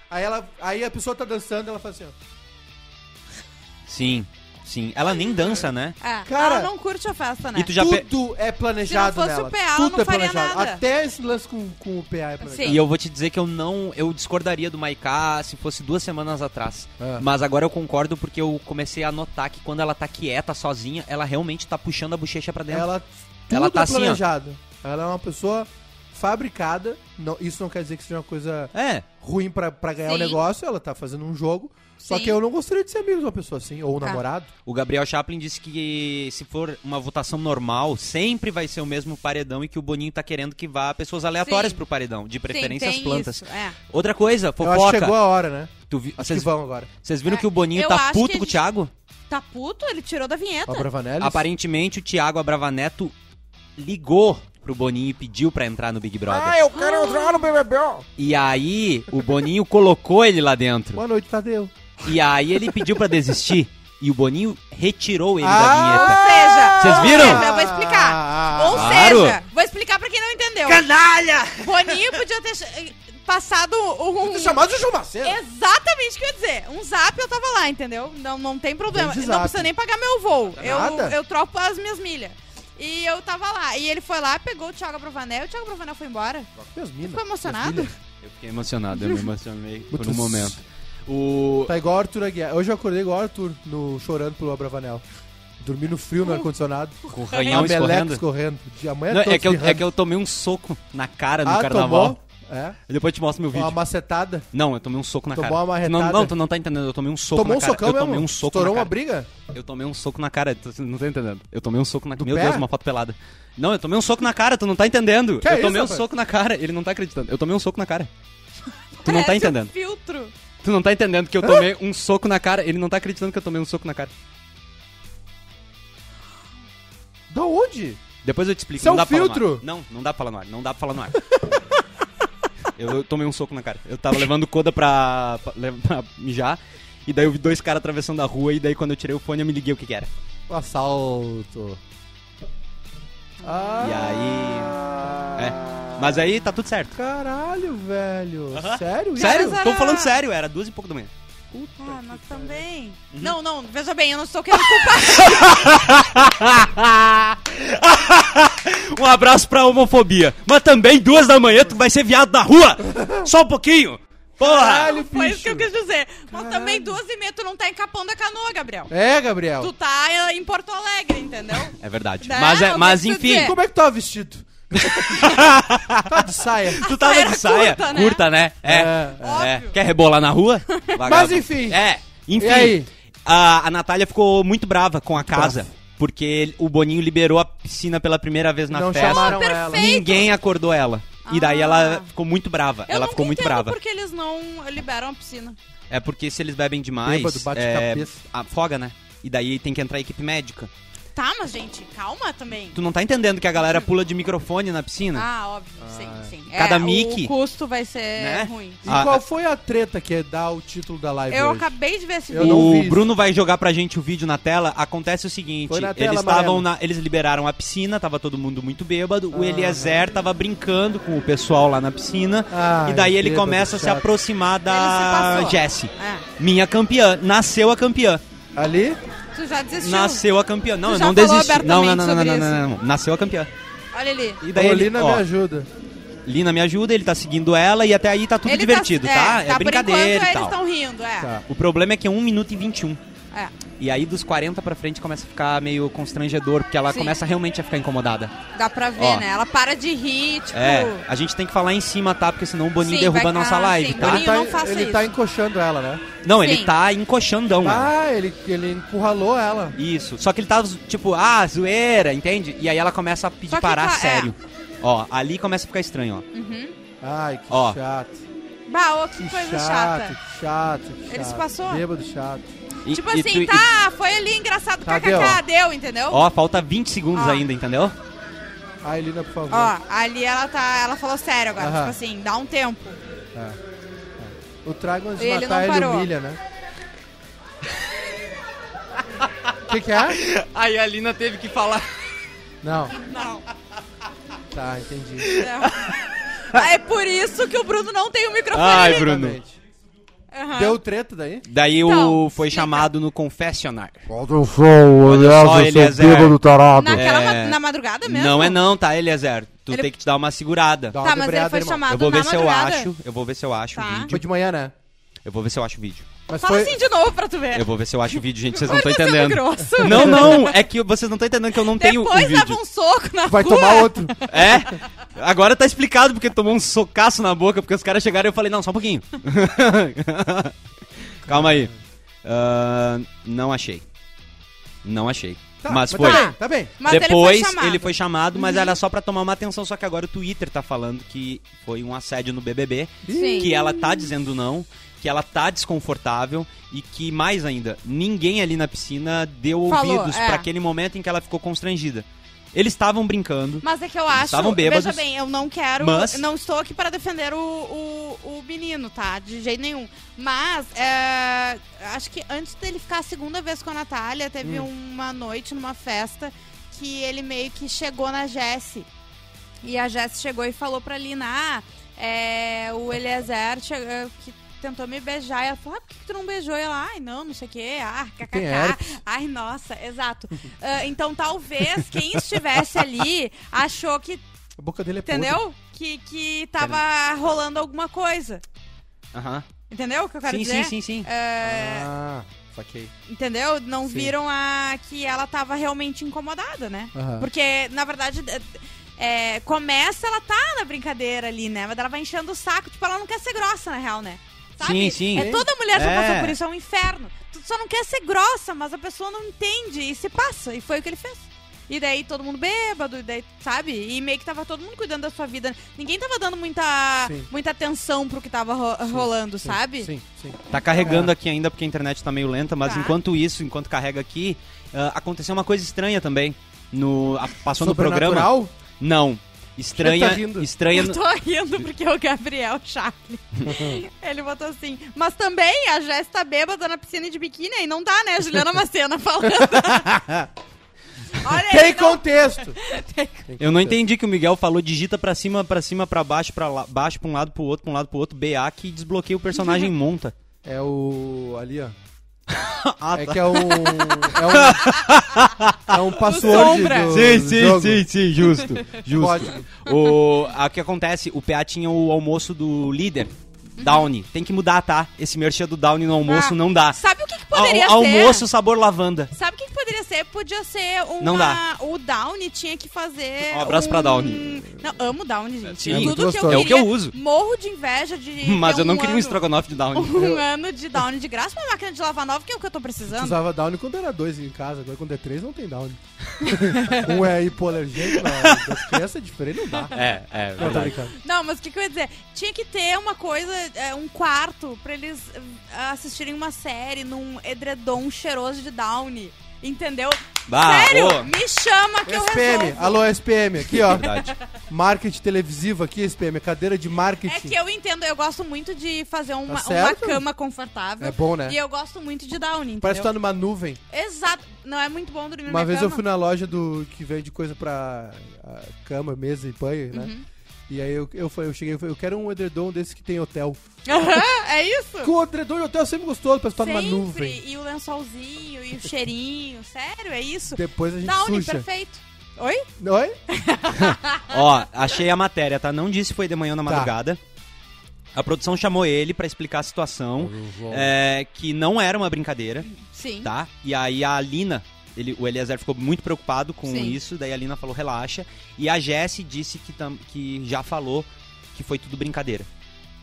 Aí, ela, aí a pessoa tá dançando, ela faz assim, ó.
Sim, sim. Ela nem dança, né?
(laughs) É,
Cara,
ela não curte a festa, né?
E tu já pe-
Tudo é planejado
Se não fosse
nela.
o PA,
Tudo
ela não
é
faria
planejado.
nada.
Até esse lance com, com o PA é planejado.
Sim.
E eu vou te dizer que eu não. Eu discordaria do Maiká se fosse duas semanas atrás.
É.
Mas agora eu concordo porque eu comecei a notar que quando ela tá quieta, sozinha, ela realmente tá puxando a bochecha pra dentro.
Ela, tudo
Ela tá
é
assim, ó.
planejado. ela é uma pessoa fabricada. Não, isso não quer dizer que seja uma coisa
É.
ruim pra, pra ganhar o
Sim.
negócio. Ela tá fazendo um jogo. Só
Sim.
que eu não gostaria de ser amigo de uma pessoa assim. Ou um
Tá.
namorado.
O Gabriel Chaplin disse que se for uma votação normal, sempre vai ser o mesmo paredão e que o Boninho tá querendo que vá pessoas aleatórias
Sim.
pro paredão, de preferência
Sim,
as
tem
plantas.
isso, é.
Outra coisa,
Eu acho que
fofoca.
chegou a hora, né?
Tu vi-
Acho que
Vocês
vão agora.
vocês viram
É,
que o Boninho
eu
tá
acho que a
puto com o
gente-
Thiago?
Tá puto? Ele tirou da vinheta.
A Bravanelli.
Aparentemente o Thiago Abravaneto ligou pro Boninho e pediu pra entrar no Big Brother.
Ah, eu quero entrar no BBB.
E aí o Boninho colocou ele lá dentro.
Boa noite, Tadeu.
E aí ele pediu pra desistir e o Boninho retirou ele
Ah!
da vinheta.
Ou seja,
Vocês
ou
viram?
seja, Ah, eu vou explicar. Ou
claro.
seja, vou explicar pra quem não entendeu.
Canalha!
Boninho podia ter eh, passado um.
Você chamado de Gil Macedo.
Exatamente o que eu ia dizer. Um zap eu tava lá, entendeu? Não, não tem problema.
Vem de
Não
zap.
precisa nem pagar meu voo. Eu,
Nada.
eu troco as minhas milhas. E eu tava lá. E ele foi lá, pegou o Thiago Abravanel. O Thiago Abravanel foi embora.
Meus mina,
Ficou emocionado?
meus milha.
Eu fiquei emocionado, eu me emocionei por um
Putz.
momento. O
Tá igual o Arthur Aguiar. Hoje eu acordei igual o Arthur, no, chorando pelo Abravanel. Dormi no frio, no ar-condicionado.
com o
A
ranhão
meleca
escorrendo.
escorrendo. De amanhã
Não,
todos
é, que eu,
espirrando.
é que eu tomei um soco na cara no
Ah,
carnaval.
tomou? É.
Eu Depois te mostro meu vídeo.
Uma macetada.
Não, eu tomei um soco na
Tomou
cara.
uma
Tu não,
marretada.
não, tu não tá entendendo. Eu tomei um soco
Tomou um
na cara.
socão
eu
mesmo?
tomei um soco
Estourou
na
uma
cara.
briga?
Eu tomei um soco na cara. Tu tu não tá entendendo. Eu tomei um soco na cara. Meu
pé?
Deus, uma foto pelada. Não, eu tomei um soco na cara. Tu não tá entendendo.
Que
eu
é isso,
tomei um
rapaz?
soco na cara. Ele não tá acreditando. Eu tomei um soco na cara. Tu não tá
Parece um
entendendo.
filtro.
Tu não tá entendendo que eu tomei um soco na cara. Ele não tá acreditando que eu tomei um soco na cara.
Da onde?
Depois eu te explico.
Isso é
não
um
dá pra falar no
filtro?
ar. Não, não dá pra falar no ar. Não dá pra falar no ar. eu, eu tomei um soco na cara. Eu tava levando coda pra, pra, le- pra mijar. E daí eu vi dois caras atravessando a rua. E daí quando eu tirei o fone, eu me liguei o que que era.
Um assalto. Ah,
E aí... É. Mas aí tá tudo certo.
Caralho, velho. Sério? isso?
Sério?
Mas
Tô
era-
falando sério. Era duas e pouco da manhã.
Ah, nós também.
Uhum.
Não, não, veja bem, eu não estou querendo culpar.
(laughs) (laughs) Um abraço pra homofobia. Mas também duas da manhã tu vai ser viado na rua. Só um pouquinho. Porra.
Caralho,
Foi isso que eu
bicho.
quis dizer. Mas também duas e meia, tu não tá em Capão da Canoa, Gabriel.
É, Gabriel.
Tu tá eh, em Porto Alegre, entendeu?
É verdade.
Não,
Mas, é,
o que
mas
que tu
enfim.
dizer?
Como é que tu
(laughs)
tava vestido? tá de saia.
Tu (laughs) tava
saia
de
era
saia.
curta,
Curta,
né?
né? É.
é.
É,
É.
Óbvio.
Quer rebolar na rua? Vagabundo.
enfim.
É. Enfim.
E aí?
A, a Natália ficou muito brava com a casa. Porque ele- o Boninho liberou a piscina pela primeira vez na
Não
festa.
chamaram
Oh,
ela.
perfeito.
Ninguém acordou ela. E daí
Ah.
ela ficou muito brava.
Eu
ela
nunca
ficou muito
entendo
brava.
porque eles não liberam a piscina.
É porque se eles bebem demais,
Bêbado, bate
é,
cabeça.
afoga, né? E daí tem que entrar a equipe médica.
Tá, mas gente, calma também.
Tu não tá entendendo que a galera pula de microfone na piscina?
Ah, óbvio, sim, sim.
Cada
é,
mic,
O custo vai ser
né?
ruim.
E
Ah,
qual
ah.
foi a treta que é dar o título da live
Eu
hoje?
acabei de ver esse
Eu
vídeo.
não vi
o
isso.
Bruno vai jogar pra gente o vídeo na tela. Acontece o seguinte:
Foi na tela,
eles estavam
amarelo.
na- eles liberaram a piscina, tava todo mundo muito bêbado.
Ah.
O Eliezer tava brincando com o pessoal lá na piscina.
Ai,
e daí ele
bêbado
começa a se
chato.
aproximar
Ele
da
se passou.
Jessie.
É,
Minha campeã, nasceu a campeã.
Ali?
tu já desistiu.
Nasceu a campeã. Não,
Tu
eu
já
não
falou
desisti. Não, não,
abertamente
não, não, não,
sobre
não, não, não. Nasceu a campeã.
Olha ali.
E daí ele,
Carolina
ó,
me ajuda.
Lina me ajuda, ele tá seguindo ela e até aí tá tudo
Ele
divertido,
é,
tá? É,
tá, Por
brincadeira
enquanto
e tal.
eles estão rindo, é.
Tá.
O problema é que é 1 minuto e 21.
É.
E aí dos 40 pra frente começa a ficar meio constrangedor, porque ela
Sim.
começa realmente a ficar incomodada.
Dá pra ver,
Ó.
né? Ela para de rir, tipo.
É, a gente tem que falar em cima, tá? Porque senão o Boninho
Sim,
derruba
vai-
a nossa
ah, sim,
live, tá?
Boninho,
tá,
não faça
ele
isso.
tá encoxando ela, né?
Não,
Sim.
ele tá encoxandão. né?
Ah, ele, ele encurralou ela.
Isso. Só que ele tava, tipo, ah, zoeira, entende? E aí ela começa a pedir
Só que
parar
tá- é.
sério. Ó, ali começa a ficar estranho, ó.
Uhum.
Ai, que
Ó.
chato.
Bah, ô, que,
Que
coisa
chato,
chata.
que chato, que
Ele se
chato.
passou.
Bêbado chato.
E-
Tipo
e
assim,
tu- e-
tá, foi ali engraçado,
Tá,
kkk, deu, entendeu?
Ó, falta 20 segundos
Ó.
ainda, entendeu?
Ai, Lina, por favor.
Ó, ali ela tá. Ela falou sério agora,
Aham.
tipo assim, dá um
(laughs)
tempo.
O trago antes de
Ele
matar,
não
ele
parou.
humilha, né? O que, que é?
Aí a Lina teve que falar.
Não,
Não.
tá, entendi.
é por isso que o Bruno não tem o microfone.
(laughs) Ai,
ali.
Bruno.
Exatamente.
Aham.
Deu treta daí?
Daí
Então,
o foi
explica.
chamado no confessionário.
Atenção,
Olha só, é
aliás, eu
Eliezer.
sou bêbado tarado.
Naquela
É.
ma- na madrugada mesmo?
Não é não, tá, Eliezer? Tu
Ele-
tem que te dar uma segurada.
Dá uma
Tá, mas ele
debreada,
foi
irmão.
chamado
Eu vou
na
ver se eu
madrugada.
acho, eu vou ver se eu acho
Tá.
o
Foi
vídeo.
de manhã, né?
Eu vou ver se eu acho o vídeo.
Mas
Fala
foi...
assim de novo pra tu ver.
Eu vou ver se eu acho o vídeo, gente, vocês não
Olha
estão
sendo
entendendo.
é grosso.
Não, não, é que vocês não estão entendendo que eu não tenho o
Depois dava
vídeo.
um soco na
Vai
rua.
tomar outro.
É? Agora tá explicado porque tomou um socaço na boca, porque os caras chegaram e eu falei, não, só um pouquinho. (laughs) Calma aí. Ah, não achei. Não achei.
Tá,
mas foi.
Tá bem, tá bem.
Mas
Depois
ele foi chamado. Uhum.
chamado, mas era só pra tomar uma atenção, só que agora o Twitter tá falando que foi um assédio no BBB,
Sim.
que ela tá dizendo não, que ela tá desconfortável e que mais ainda, ninguém ali na piscina deu
Falou,
ouvidos
é.
pra aquele momento em que ela ficou constrangida. Eles estavam brincando.
Mas é que eu acho.
estavam bêbados.
Veja bem, eu não quero.
Mas-
Não estou aqui para defender o, o, o menino, tá? De jeito nenhum. Mas, é, acho que antes dele ficar a segunda vez com a Natália, teve
Hum.
uma noite numa festa que ele meio que chegou na Jessie. E a Jessie chegou e falou pra Lina: Ah, é, o Eliezer che- é, que tentou me beijar. E ela falou: Ah, por que, que tu não beijou? E ela: Ai, não, não sei o quê. Ah,
tem
kkk. Ai, nossa, exato. Ah, então talvez quem estivesse ali achou que,
A boca dele é podre.
entendeu? Que, que tava rolando alguma coisa.
Aham.
Entendeu o que eu quero
Sim,
dizer?
sim, sim, sim.
É.
Ah, saquei.
Entendeu? Não
Sim.
viram a que ela tava realmente incomodada, né?
Aham.
Porque, na verdade, é, é, começa, ela tá na brincadeira ali, né? Mas ela vai enchendo o saco. Tipo, ela não quer ser grossa, na real, né?
Sim, sim.
É toda mulher já
É.
passou por isso, é um inferno. Tu só não quer ser grossa, mas a pessoa não entende e se passa. E foi o que ele fez. E daí todo mundo bêbado, e daí, sabe? E meio que tava todo mundo cuidando da sua vida. Ninguém tava dando muita,
Sim.
muita atenção pro que tava ro- rolando,
Sim,
sabe?
Sim, sim.
Tá carregando aqui ainda porque a internet tá meio lenta, mas
Tá.
enquanto isso, enquanto carrega aqui, ah, aconteceu uma coisa estranha também. No, a- passou no
(laughs)
programa.
Sobrenatural?
Não. Estranha.
Ele tá rindo.
estranha.
Eu tô rindo porque é o Gabriel Chaplin. Ele botou assim. Mas também a Jess tá bêbada na piscina de biquíni e não dá, né? Juliana Macena
(laughs)
falando. Olha
Tem
ele não-
contexto.
Eu não entendi que o Miguel falou digita pra cima, pra cima, pra baixo, pra lá, baixo, pra um lado, pro outro, pra um lado, pro outro, BA, que desbloqueia o personagem e monta.
É o... ali, ó.
(laughs) Ah,
É
tá.
que é um. É
(laughs)
um, é um password.
Sombra.
Do,
Sim,
do
É. sim,
jogo.
sim, sim, (laughs) justo, justo.
Código.
O, a que acontece, o PA tinha o almoço do líder, Downy. Tem que mudar, tá? Esse merchan do Downy no almoço
Uhum. Ah,
não dá.
Sabe o que, que poderia
Al-
ser?
almoço sabor lavanda.
Sabe o que, que poderia ser? Podia ser uma.
Não dá.
O Downy tinha que fazer.
Um abraço pra Downy.
Não, amo Downy, gente.
Sim,
Tudo
é
que eu
gostoso.
É o que eu
queria.
uso.
Morro de inveja de.
(laughs) Mas
ter
eu não
um
queria um
ano-
estrogonofe
(laughs)
de Downy.
Um ano de Downy de graça, uma máquina de lavar nova, que é o que eu tô
Tu
precisando.
usava down quando era dois em casa, agora quando é três não tem
(laughs)
down. um é hipoalergênico, mas das crianças é diferente, não dá.
É, é.
Não, tô
verdade.
brincando.
Não, mas o que, que eu ia dizer? Tinha que ter uma coisa, é, um quarto, pra eles eh, assistirem uma série num edredom cheiroso de Downy. Entendeu?
Bah,
Sério?
ô,
Me chama que eu
SPM,
resolvo.
alô SPM, aqui ó.
É verdade.
Marketing televisivo aqui, SPM, cadeira de marketing.
É que eu entendo, eu gosto muito de fazer uma,
Tá certo?
uma cama confortável.
É bom, né?
E eu gosto muito de downy, entendeu?
Parece que tá numa nuvem.
Exato. Não é muito bom dormir na
Uma
minha
vez
cama. (laughs)
eu fui na loja do que vende coisa pra ah, cama, mesa e banho, né?
Uhum.
E aí eu, eu, falei- eu cheguei e falei, eu quero um edredom desse que tem hotel.
Aham, é isso?
Porque o edredom de hotel é sempre gostoso, parece que tá numa
Sempre.
nuvem.
E o lençolzinho, e o cheirinho. Sério, é isso?
Depois a gente
Downy,
suja.
perfeito. Oi?
Oi?
Ó, achei a matéria, tá? Não disse se foi de manhã ou na
Tá.
madrugada. A produção chamou ele pra explicar a situação, é, que não era uma brincadeira,
Sim.
tá? E aí a Alina, ele, o Eliezer ficou muito preocupado com
Sim.
isso, daí a Alina falou relaxa. E a Jesse disse que, tam- que já falou que foi tudo brincadeira.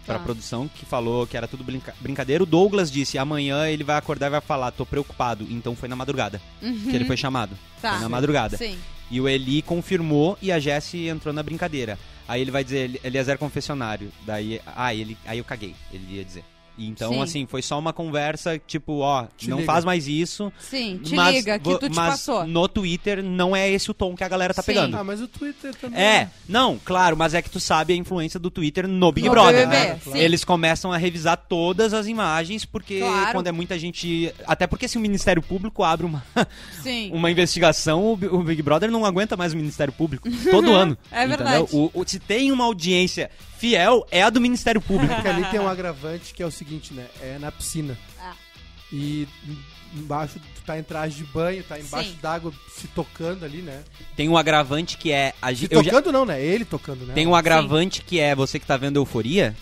Pra
Tá.
produção, que falou que era tudo brinca- brincadeira. O Douglas disse, amanhã ele vai acordar e vai falar, tô preocupado. Então foi na madrugada, que ele foi chamado.
Tá.
Foi na madrugada.
Sim.
E o Eli confirmou e a Jessie entrou na brincadeira. Aí ele vai dizer, "Ele- Eliezer é confessionário. Daí, ah, ele, aí eu caguei, ele ia dizer. E então,
Sim.
assim, foi só uma conversa, tipo, ó,
Te
não
liga.
faz mais isso.
Sim, te
mas
liga, que
vo-
tu te
mas
passou.
no Twitter não é esse o tom que a galera tá
Sim.
pegando.
Ah, mas o Twitter também.
É, não, claro, mas é que tu sabe a influência do Twitter no Big
No
Brother,
BBB,
né?
sim.
Eles começam a revisar todas as imagens, porque
Claro.
quando é muita gente... Até porque se o Ministério Público abre uma,
Sim.
uma investigação, o Bi- o Big Brother não aguenta mais o Ministério Público. Todo ano.
(laughs) É
entendeu?
verdade.
O- o- se tem uma audiência fiel, é a do Ministério Público.
Porque ali tem um agravante que é o seguinte, né? É na piscina.
Ah.
E embaixo, tu tá em traje de banho, tá embaixo
Sim.
d'água se tocando ali, né?
Tem um agravante que é. A,
Se
gente eu já,
tocando não, né? Ele tocando, né?
tem um agravante que é você que tá vendo euforia.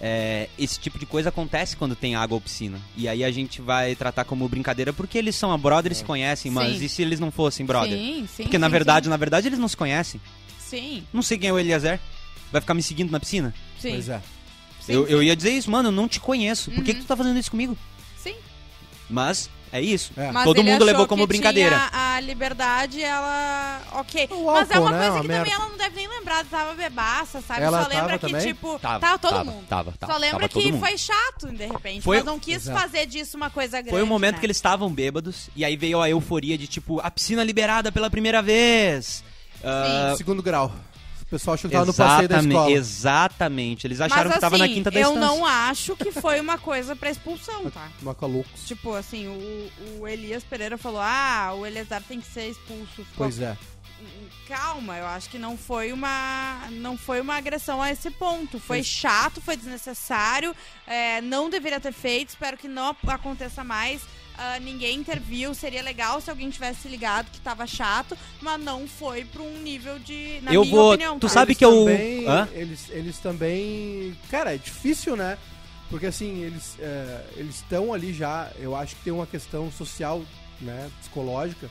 é, esse tipo de coisa acontece quando tem água ou piscina. E aí a gente vai tratar como brincadeira porque eles são a brother,
É.
eles se conhecem, mas
Sim.
e se eles não fossem brother?
Sim, sim.
Porque na
sim,
verdade, na verdade, eles não se conhecem.
Sim,
Não sei quem é o Eliezer. Vai ficar me seguindo na piscina?
sim.
Pois
Sim,
é.
sim.
Eu, eu ia dizer isso, mano, eu não te conheço. Por que,
Uhum.
que tu tá fazendo isso comigo?
Sim.
Mas é isso.
É.
Mas
Todo
ele
mundo
achou
levou como
que
brincadeira.
tinha A liberdade, ela. Ok.
O
Mas é
álcool,
uma
né?
coisa
Uma
que
merda.
também ela não deve nem lembrar. Tava bebaça, sabe?
Ela
Só lembra
tava
que,
também?
tipo,
Tava,
tava, todo
tava,
mundo.
tava, tava,
Só lembra
tava todo
que
mundo.
foi chato, de repente.
Foi-
mas não quis
Exato.
fazer disso uma coisa grande.
Foi o momento
né?
que eles estavam bêbados e aí veio a euforia de tipo, a piscina liberada pela primeira vez. Ah,
Segundo grau. O pessoal achou que tava no passeio da
exatamente,
escola.
exatamente. Eles
Mas,
acharam que tava na
assim,
quinta da
Eu
estância.
não acho que foi uma coisa pra expulsão,
(laughs)
tá?
Maca louco.
Tipo, assim, o, o Elias Pereira falou: ah, o Eleazar tem que ser expulso. Ficou
Pois é.
Calma, eu acho que não foi uma não foi uma agressão a esse ponto. Foi chato, foi desnecessário, é, não deveria ter feito. Espero que não aconteça mais. Ah, ninguém interviu, seria legal se alguém tivesse ligado que tava chato, mas não foi pra um nível de. Na
Eu
minha
vou-
opinião,
tu
tá?
sabe
Eles
que eu-
também-
Hã?
Eles, eles também. Cara, é difícil, né? Porque assim, eles é, eles estão ali já. Eu acho que tem uma questão social, né? Psicológica.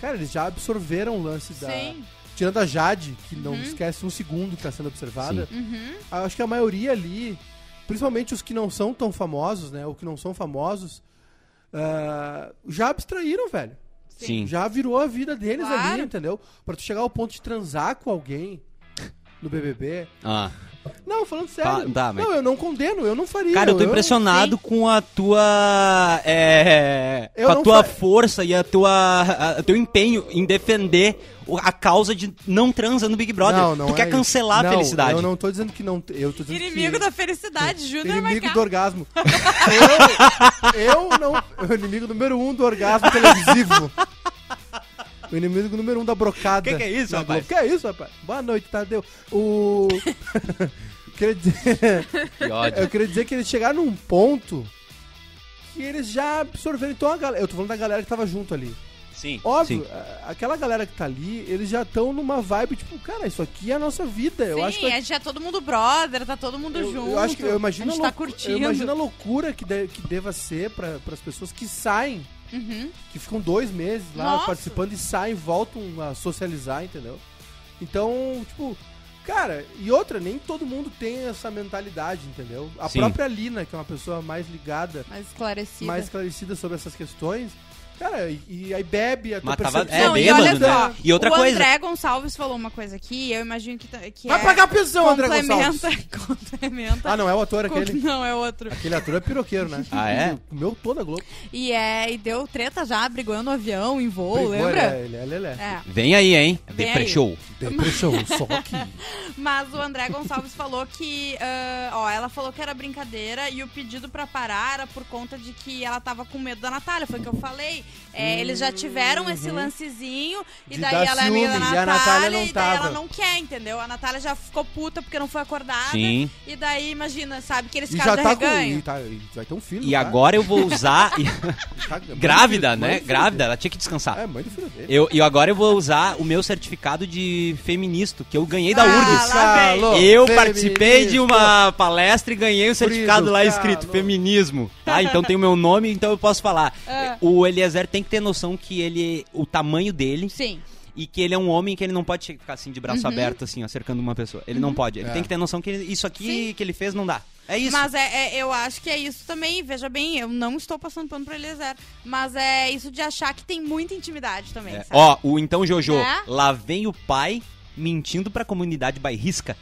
Cara, eles já absorveram o lance da.
Sim.
Tirando a Jade, que não esquece um segundo que tá sendo observada. eu Acho que a maioria ali, principalmente os que não são tão famosos, né? Ou que não são famosos, ah, já abstraíram, velho.
assim.
Sim.
Já virou a vida deles
Claro.
ali, entendeu? Pra tu chegar ao ponto de transar com alguém no BBB.
Ah.
Não, falando sério.
Tá, tá, mas-
Não, eu não condeno, eu não faria.
Cara, eu tô impressionado com a tua. É,
Eu
com a
não
tua
fa-
força e a tua, a- o teu empenho em defender o- a causa de não transa no Big Brother.
Não, não
tu
é
quer
isso.
cancelar
Não,
a felicidade.
Eu não tô dizendo que não. Eu tô dizendo
Inimigo
que...
da felicidade, Júnior tá.
Inimigo
Macaco.
do orgasmo. (laughs) Eu, eu não. O inimigo número um do orgasmo televisivo. O inimigo número um da brocada.
Que que é isso,
na
rapaz?
Globo. Que é isso, rapaz? Boa noite, Tadeu. O. (laughs) Queria dizer.
Que ódio.
Eu queria dizer que eles chegaram num ponto que eles já absorveram. Então a galera. Eu tô falando da galera que tava junto ali.
Sim.
Óbvio,
sim.
a- aquela galera que tá ali, eles já estão numa vibe, tipo, cara, isso aqui é a nossa vida. eu
Sim,
acho que.
é já todo mundo brother, tá todo mundo
eu,
junto.
eu acho que eu imagino
a gente
a
tá
loucu-
curtindo.
Eu imagino a loucura que, de- que deva ser para as pessoas que saem,
Uhum.
que ficam dois meses lá
Nossa.
participando e saem, voltam a socializar, entendeu? Então, tipo, cara, e outra, nem todo mundo tem essa mentalidade, entendeu? A
Sim.
própria Lina, que é uma pessoa mais ligada
Mais esclarecida.
mais esclarecida sobre essas questões, Cara, e, e aí bebe a tua
Mas tava-
percepção.
É
e
bêbado,
olha só,
né? E outra
o
coisa-
André Gonçalves falou uma coisa aqui, eu imagino que, ta- que
Vai
é...
pagar a pensão, André Gonçalves.
complementa, (laughs) complementa.
Ah, não, é o ator
com- (laughs)
aquele.
Não, é outro.
Aquele ator é piroqueiro, né?
Ah, é?
Comeu toda a Globo.
E, é, e deu treta já, brigou no avião, em voo,
Brigou,
lembra?
Ele é, ele é lelé.
É.
Vem aí, hein?
Vem
Depre
aí. Ah,
Show.
(laughs)
Depressão, só que...
Mas o André Gonçalves falou que. ah, ó, ela falou que era brincadeira e o pedido pra parar era por conta de que ela tava com medo da Natália, foi o que eu falei. É, eles já tiveram
Uhum.
esse lancezinho e
De
daí
dar
ela é amiga da
ciúmes, e a
Natália,
Natália não
e daí ela
tava.
não quer, entendeu? A Natália já ficou puta porque não foi acordada.
Sim.
E daí, imagina, sabe, que eles
E
ficaram
já
de
tá com...
reganho.
E, tá, e vai ter um filho,
E
tá?
agora eu vou
(laughs)
usar.
Tá-
grávida,
mãe do
né?
é.
filho
Grávida,
dele.
ela tinha que descansar.
É, mãe do filho dele.
Eu, eu agora eu vou usar o meu certificado de feministo que eu ganhei da
Ah,
URGS.
lá vem.
Alô,
Eu
feminista.
participei de uma palestra e ganhei o certificado lá escrito
calor.
feminismo. Ah, então tem o meu nome, então eu posso falar.
Ah.
O Eliezer tem que ter noção que ele, o tamanho dele
Sim. Uhum.
e que ele é um homem que ele não pode che- ficar assim de braço aberto assim, ó, cercando uma pessoa. Ele não pode. Ele
É.
tem que ter noção que ele- isso aqui que ele fez não dá. É isso.
Mas é, é- eu acho que é isso também. Veja bem, eu não estou passando pano pra Eliezer. Mas é isso de achar que tem muita intimidade também.
É.
sabe?
Ó, o então Jojo,
Né?
lá vem o pai mentindo pra comunidade bairrisca.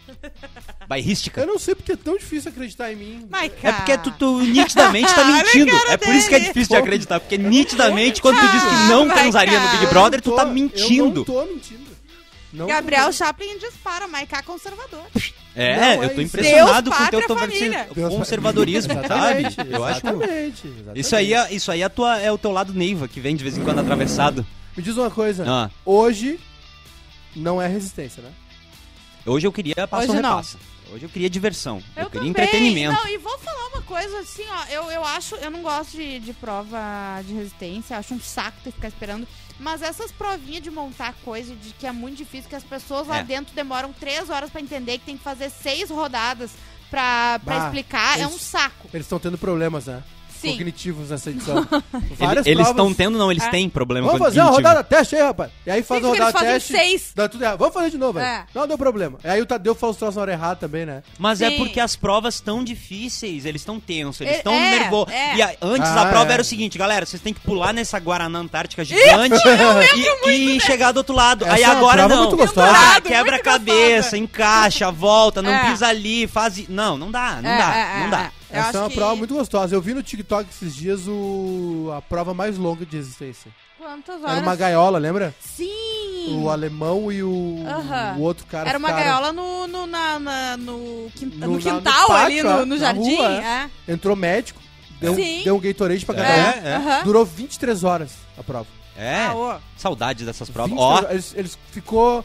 Bairrística.
Eu não sei porque é tão difícil acreditar em mim.
Mas,
É
cara,
porque tu, tu nitidamente
(laughs)
tá
Olha a
mentindo.
cara
É por isso que é
dele.
difícil de acreditar. Porque nitidamente, quando tu diz que não
Ah,
transaria no
vai,
Big
cara.
Brother, tu
Eu
tá
tô- Eu não
mentindo.
tô mentindo. Não tô
Gabriel Chaplin dispara, Maiká conservador.
É,
Não, é
eu tô
isso.
impressionado
Deus,
com o teu
pátria,
tova-
família.
Deus,
conservadorismo, sabe?
(laughs) Exatamente,
Eu acho.
exatamente, exatamente.
Isso aí, é, isso aí é, a tua, é o teu lado Neiva, que vem de vez em quando atravessado.
(laughs) Me diz uma coisa.
Ah,
Hoje não é resistência, né?
hoje eu queria passo
Hoje
ou
não.
repassa. Hoje eu queria diversão. Eu,
também.
queria entretenimento.
Não, e vou falar uma coisa assim, ó. Eu, eu acho, eu não gosto de, de prova de resistência, acho um saco ter que ficar esperando. Mas essas provinhas de montar coisa de que é muito difícil, que as pessoas lá
É.
dentro demoram três horas pra entender, que tem que fazer seis rodadas pra, pra
Bah,
explicar, é
isso.
um saco.
Eles estão tendo problemas, né?
Sim.
Cognitivos nessa
(laughs)
edição.
Ele-
Várias
eles
provas.
estão tendo, não, eles
É.
têm problema
Vamos
com
fazer a
cognitivo.
rodada teste aí, rapaz. E aí faz
Sim,
a
porque eles
rodada
fazem
teste.
seis.
Dá tudo errado. Vamos fazer de novo,
É.
velho. Não deu problema. Aí o Tadeu fala os troços na hora errada também, né?
Mas é
Sim.
porque as provas estão difíceis, eles estão tensos, eles
É,
estão
é,
nervosos.
é.
E a- antes
Ah,
a prova
é.
era o seguinte, galera, vocês têm que pular nessa Guaraná Antártica gigante
(laughs)
e, e chegar do outro lado.
Essa
Aí
é uma
agora
prova
não.
muito gostosa.
Ah,
Muito
quebra a cabeça, encaixa, volta, não
É.
pisa ali, faz. i- Não, não dá, não
É,
dá,
é,
não
é,
dá.
é. Eu
Essa
acho
é uma
que-
prova muito gostosa. Eu vi no TikTok esses dias o... a prova mais longa de resistência.
Quantas
Era
horas?
uma gaiola, lembra?
Sim!
O alemão e o,
Aham.
o outro cara.
Era uma
ficaram-
gaiola no, no, na- na- no, quinta-
No-
no
na- no
quintal
pátio,
ali, no,
é.
no
Na
jardim.
rua,
é.
Entrou médico, deu,
Sim.
deu um Gatorade pra
É.
cada um.
É, aham.
Durou 23 horas a prova.
É,
Ah, ô.
saudade dessas provas.
23
Ó,
horas. Eles, eles ficou.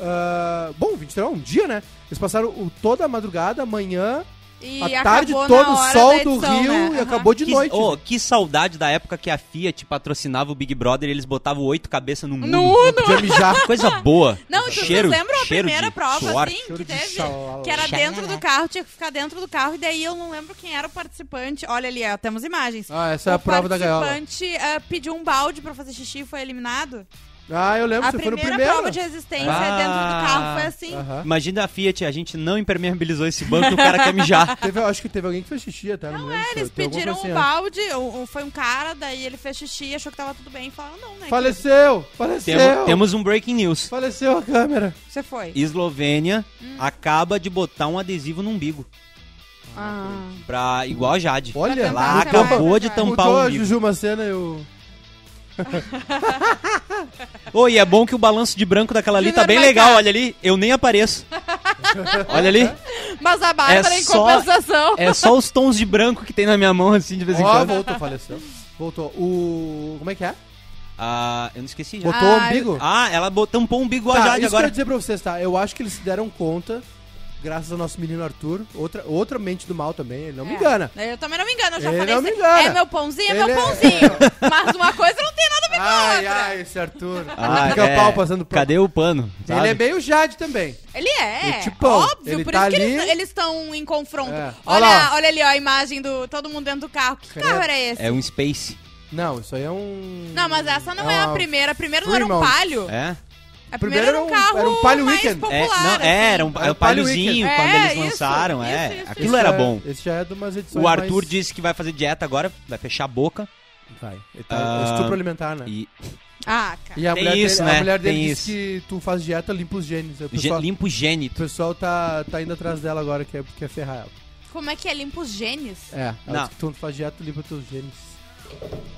ah, bom, 23 horas, um dia, né? Eles passaram o- toda a madrugada, a manhã,
E
a tarde
acabou
todo,
na hora
sol
da edição,
do Rio
né?
e
Aham.
acabou de
que,
noite.
ô, que saudade da época que a Fiat patrocinava o Big Brother e eles botavam oito cabeças no mundo.
No Uno.
Podia mijar.
Coisa boa.
Não, tu
cheiro,
lembra a
cheiro
primeira
de
prova,
suor.
assim,
Cheiro
que
de
teve?
xalala.
Que era dentro do carro, tinha que ficar dentro do carro, e daí eu não lembro quem era o participante. Olha ali, ó, temos imagens.
Ah, essa é a prova da
O
gaiola.
participante ah, pediu um balde pra fazer xixi e foi eliminado.
Ah, eu lembro,
a
você foi no
primeira
primeiro.
prova de resistência
Ah.
dentro do carro foi assim.
Aham.
Imagina a Fiat, a gente não impermeabilizou esse banco e o cara
(laughs)
quer mijar.
Teve, eu acho que teve alguém que fez xixi até. Não, lembro,
Eles
tem alguma
pediram
coisa
um
assim, ó.
balde, um- um- foi um cara, daí ele fez xixi, achou que tava tudo bem e falou, não, né?
Faleceu! Faleceu!
Temo- temos um breaking news.
Faleceu a câmera.
que Você foi.
Eslovênia acaba de botar um adesivo no umbigo.
Ah.
Pra, igual a Jade.
Olha
Ela
Vai tampar,
acabou
vai
de
tampar.
tampar
Mudou
o
a
umbigo.
Juju Macena e o...
Ô, e é bom que o balanço de branco daquela ali tá
Junior
bem
vai
legal.
cá.
Olha ali, eu nem apareço. Olha ali,
Mas a Bárbara,
É
em
só-
compensação.
é só os tons de branco que tem na minha mão, assim, de vez em
Ó,
quando.
voltou, faleceu. Voltou. O... Como é que é?
Ah, eu não esqueci já.
Botou o
Ah,
umbigo?
Ah, ela bo- tampou um umbigo igual a
Tá,
Jade
isso que eu ia
agora.
dizer pra vocês, tá? Eu acho que eles se deram conta, graças ao nosso menino Arthur, outra, outra mente do mal também, ele não me
É.
engana.
Eu também não me engano, eu já
Ele
falei
não me
isso.
engana.
É meu pãozinho, é
Ele
meu
é-
pãozinho.
(laughs)
Mas uma coisa não tem nada a ver com a
Ai,
outra.
ai, esse (laughs) Arthur.
Ah,
Fica
é.
pau passando pau.
Cadê o pano?
Ele
sabe?
é meio Jade também.
Ele é,
E tipo,
óbvio,
ele
por
tá
isso que
ali-
eles- eles estão em confronto.
É.
Olha,
Olha
olha,
lá.
ali ó, a imagem do todo mundo dentro do carro. Que
Credo.
carro era esse?
É um space.
Não, isso aí é um.
Não, mas essa não é, a
uma-
primeira. A primeira não era um
Fremont.
palio.
É?
A primeira era um
Primeiro era um-
carro
era um Palio
mais
Weekend.
popular.
É, não,
assim.
era um,
Era
é
um
um
Palio
palhozinho
Weekend.
quando
É,
eles
isso,
lançaram, é.
isso, isso,
Aquilo
Esse
era
já é-
bom.
Esse já é de umas edições.
O Arthur
mais-
disse que vai fazer dieta agora, vai fechar a boca.
Vai. Ele tá- é
Ah,
estupro alimentar, né?
E
Ah, cara.
E a,
Tem
mulher
isso,
dele, a
né?
mulher dele
Tem
disse que tu faz dieta, limpa os genes. Aí O
gê-
pessoal,
limpo
o
gênito.
pessoal tá, tá indo atrás dela agora, quer, quer é ferrar ela.
Como é que é? Limpa os genes?
É, ela
Não.
disse que tu faz dieta, tu limpa teus genes.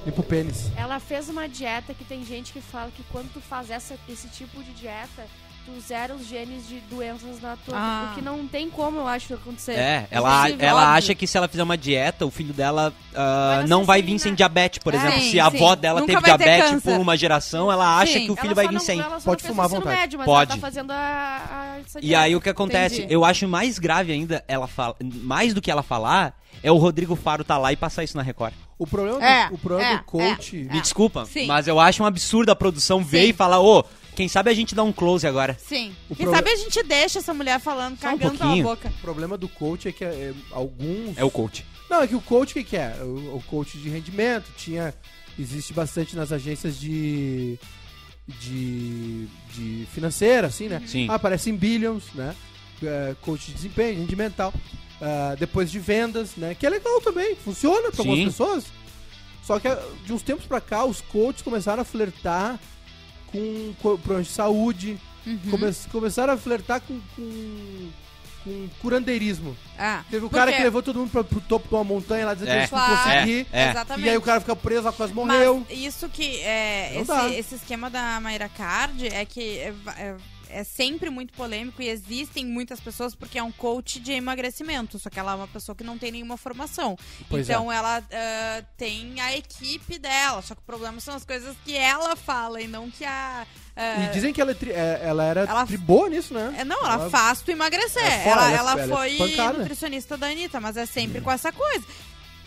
Limpa o pênis.
Ela fez uma dieta que tem gente que fala que quando tu faz essa, esse tipo de dieta, tu zera os genes de doenças na tua.
Ah.
O que não tem como, eu acho, acontecer.
É, ela,
Inclusive,
ela
óbvio.
acha que se ela fizer uma dieta, o filho dela ah,
Vai
não vai
nascer
vir sem
sem
diabetes, por
É,
exemplo.
sim,
se a avó
sim.
dela
Nunca
teve
vai ter
diabetes
câncer.
por uma geração, ela acha
Sim,
que o filho
Ela
vai
só
vir
não-
sem.
ela só
Pode
não fez
fumar à
o ensino
vontade.
Médio, mas
Pode.
Ela tá fazendo a, a essa
E
dieta.
aí o que acontece?
Entendi.
Eu acho mais grave ainda, ela fala, mais do que ela falar, é o Rodrigo Faro tá lá e passar isso na Record.
O problema,
É,
do, o problema
é,
do coach.
é.
Me desculpa,
Sim.
mas eu acho um absurdo a produção ver
Sim.
e falar, ô, quem sabe a gente dá um close agora.
Sim.
O
Quem
proble-
sabe a gente deixa essa mulher falando,
Só um
cagando pela
pouquinho.
boca.
O problema do coach é que é, alguns.
É o coach.
Não, é que o coach o que, que é? O, o coach de rendimento tinha. Existe bastante nas agências de. de. de financeira, assim, né?
Sim.
Ah, aparece em billions, né? É, coach de desempenho, rendimental. Ah, depois de vendas, né? Que é legal também, funciona para algumas
Sim.
pessoas. Só que ah, de uns tempos pra cá, os coaches começaram a flertar com co- problemas de saúde, come- começaram a flertar com, com, com curandeirismo.
Ah,
Teve um
por
cara
quê?
que levou todo mundo pra, pro topo de uma montanha lá dizendo
É.
que eles não
Claro.
conseguir.
É.
Exatamente.
E aí o cara fica preso, lá quase
Mas
morreu.
isso que é,
Não dá.
esse, esse esquema da Mayra Card é que é, va- é- é sempre muito polêmico e existem muitas pessoas porque é um coach de emagrecimento, só que ela é uma pessoa que não tem nenhuma formação.
Pois é.
então ela ah, tem a equipe dela, só que o problema são as coisas que ela fala e não que a ah,
E dizem que ela, é tri- é- ela era
Ela-
tri boa nisso, né?
é, não, ela,
Ela-
faz tu emagrecer.
É fora,
ela,
ela-
ela
ela é Hum.
foi
pancada.
nutricionista da Anitta, mas é sempre com essa coisa.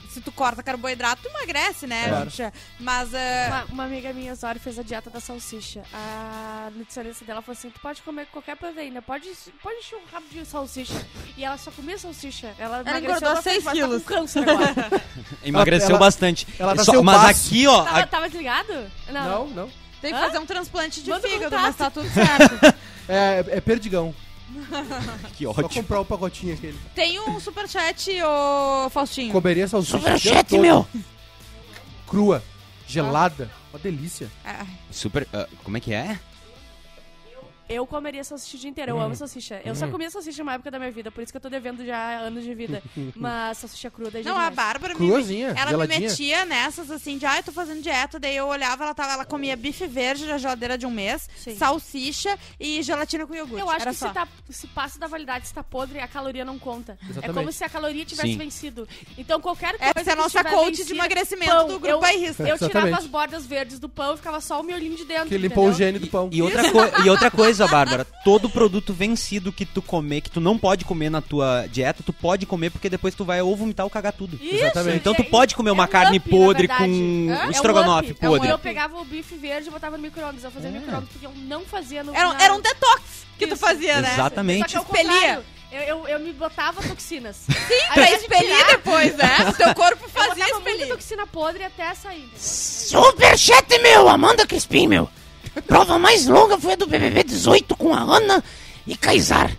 Se tu corta carboidrato, tu emagrece, né,
Claro.
bicha? Mas. ah,
Uma, uma amiga minha, Zório, fez a dieta da salsicha. A nutricionista dela falou assim: tu pode comer qualquer proteína, pode, pode encher um rabo de salsicha. E ela só comia salsicha. Ela, emagreceu
engordou
bastante,
seis
mas tá com
quilos.
(laughs)
câncer agora.
Emagreceu
ela-
bastante.
ela tá
Só-
sem o
mas
passo.
aqui, ó,
tava,
a-
tava desligado? Não.
Não, não.
Tem que
Hã?
fazer um transplante de
Manda
fígado,
contato.
mas tá tudo
(laughs)
certo.
É, é perdigão.
que
Só
ótimo.
comprar o pacotinho aquele.
Tem um superchat, ô Faustinho.
Comeria salsicha. Superchat, meu! Crua, gelada. Uma delícia.
Ah,
Super. ah, como é que é?
Eu comeria salsicha o dia inteiro, eu
Hum.
amo salsicha. Eu só comia salsicha uma época da minha vida, por isso que eu tô devendo já anos de
(laughs)
vida. Mas salsicha cruda é
não, a
demais.
Bárbara me,
Cruazinha,
ela
geladinha.
me metia nessas assim de, ah, eu tô fazendo dieta, daí eu olhava, ela tava, ela comia bife verde na geladeira de um mês,
Sim.
salsicha e gelatina com iogurte.
Eu acho
Era
que
só.
se, tá, se passa da validade, se tá podre, a caloria não conta. É
Exatamente.
como se a caloria tivesse
Sim.
vencido. Então qualquer coisa.
Essa é a
que
nossa
estiver
coach de
vencida-
emagrecimento
Pão,
do grupo Airrista.
Eu
Exatamente.
tirava as bordas verdes do pão e ficava só o miolinho de dentro.
Que limpou o
entendeu?
gene do pão.
E outra, coi- e outra coisa, Bárbara, todo produto vencido que tu comer, que tu não pode comer na tua dieta, tu pode comer porque depois tu vai ou vomitar ou cagar tudo.
Isso,
Exatamente.
Então tu
é-
pode comer
é
uma
um
carne
up, na
podre
verdade.
com
É um
estrogonofe
up.
podre. Ah.
É um eu pegava o bife verde e botava no micro-ondas. Eu fazia no micro-ondas porque eu não fazia no.
Era, um-
na-
era um detox que tu
Isso.
fazia, né?
Só
Exatamente.
que ao
Expelia.
contrário, Eu, eu, eu me botava toxinas.
(laughs)
Sim,
Pra expelir depois,
(laughs)
né? O teu corpo
Eu
fazia
botava muita
expelir.
toxina podre até sair. entendeu?
Superchat, meu! Amanda Crispim, meu! Prova mais longa foi a do BBB 18 com a Ana e Kaysar.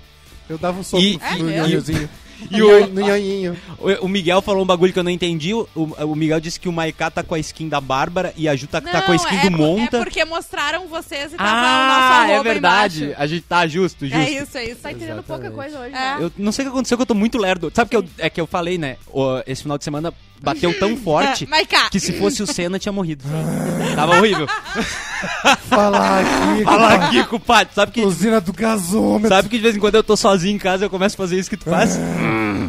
Eu dava um soco
E-
no,
É
no
mesmo?
nhanhozinho.
E o-
No nhanhinho.
O o Miguel falou um bagulho que eu não entendi. O, o Miguel disse que o Maiká tá com a skin da Bárbara e a Ju tá, tá com a skin
é,
do
por-
Monta.
É porque mostraram vocês e tava o
ah,
nosso
é
arroba
verdade.
embaixo.
A gente tá justo, justo.
É isso, é isso.
Tá entendendo pouca
Exatamente.
coisa hoje.
É.
né?
Eu não sei o que aconteceu, que eu tô muito lerdo. Sabe que eu, é que eu falei, né? O- esse final de semana bateu tão forte
(laughs) Mas cá,
que se fosse o Senna tinha morrido.
(laughs)
Tava horrível.
Falar aqui.
Fala aqui, compadre. Sabe que,
Usina do gasômetro.
sabe que de vez em quando eu tô sozinho em casa eu começo a fazer isso que tu
(laughs)
faz?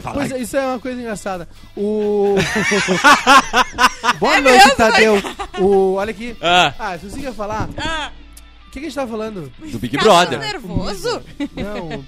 Fala
Pois
aqui.
é, isso é uma coisa engraçada.
(laughs)
O. Boa noite, Tadeu. O... Olha aqui.
É Ah,
Ah, se você quer falar.
Ah.
O que, que a gente tava falando?
do Big
Cara,
Brother.
tá nervoso?
Não.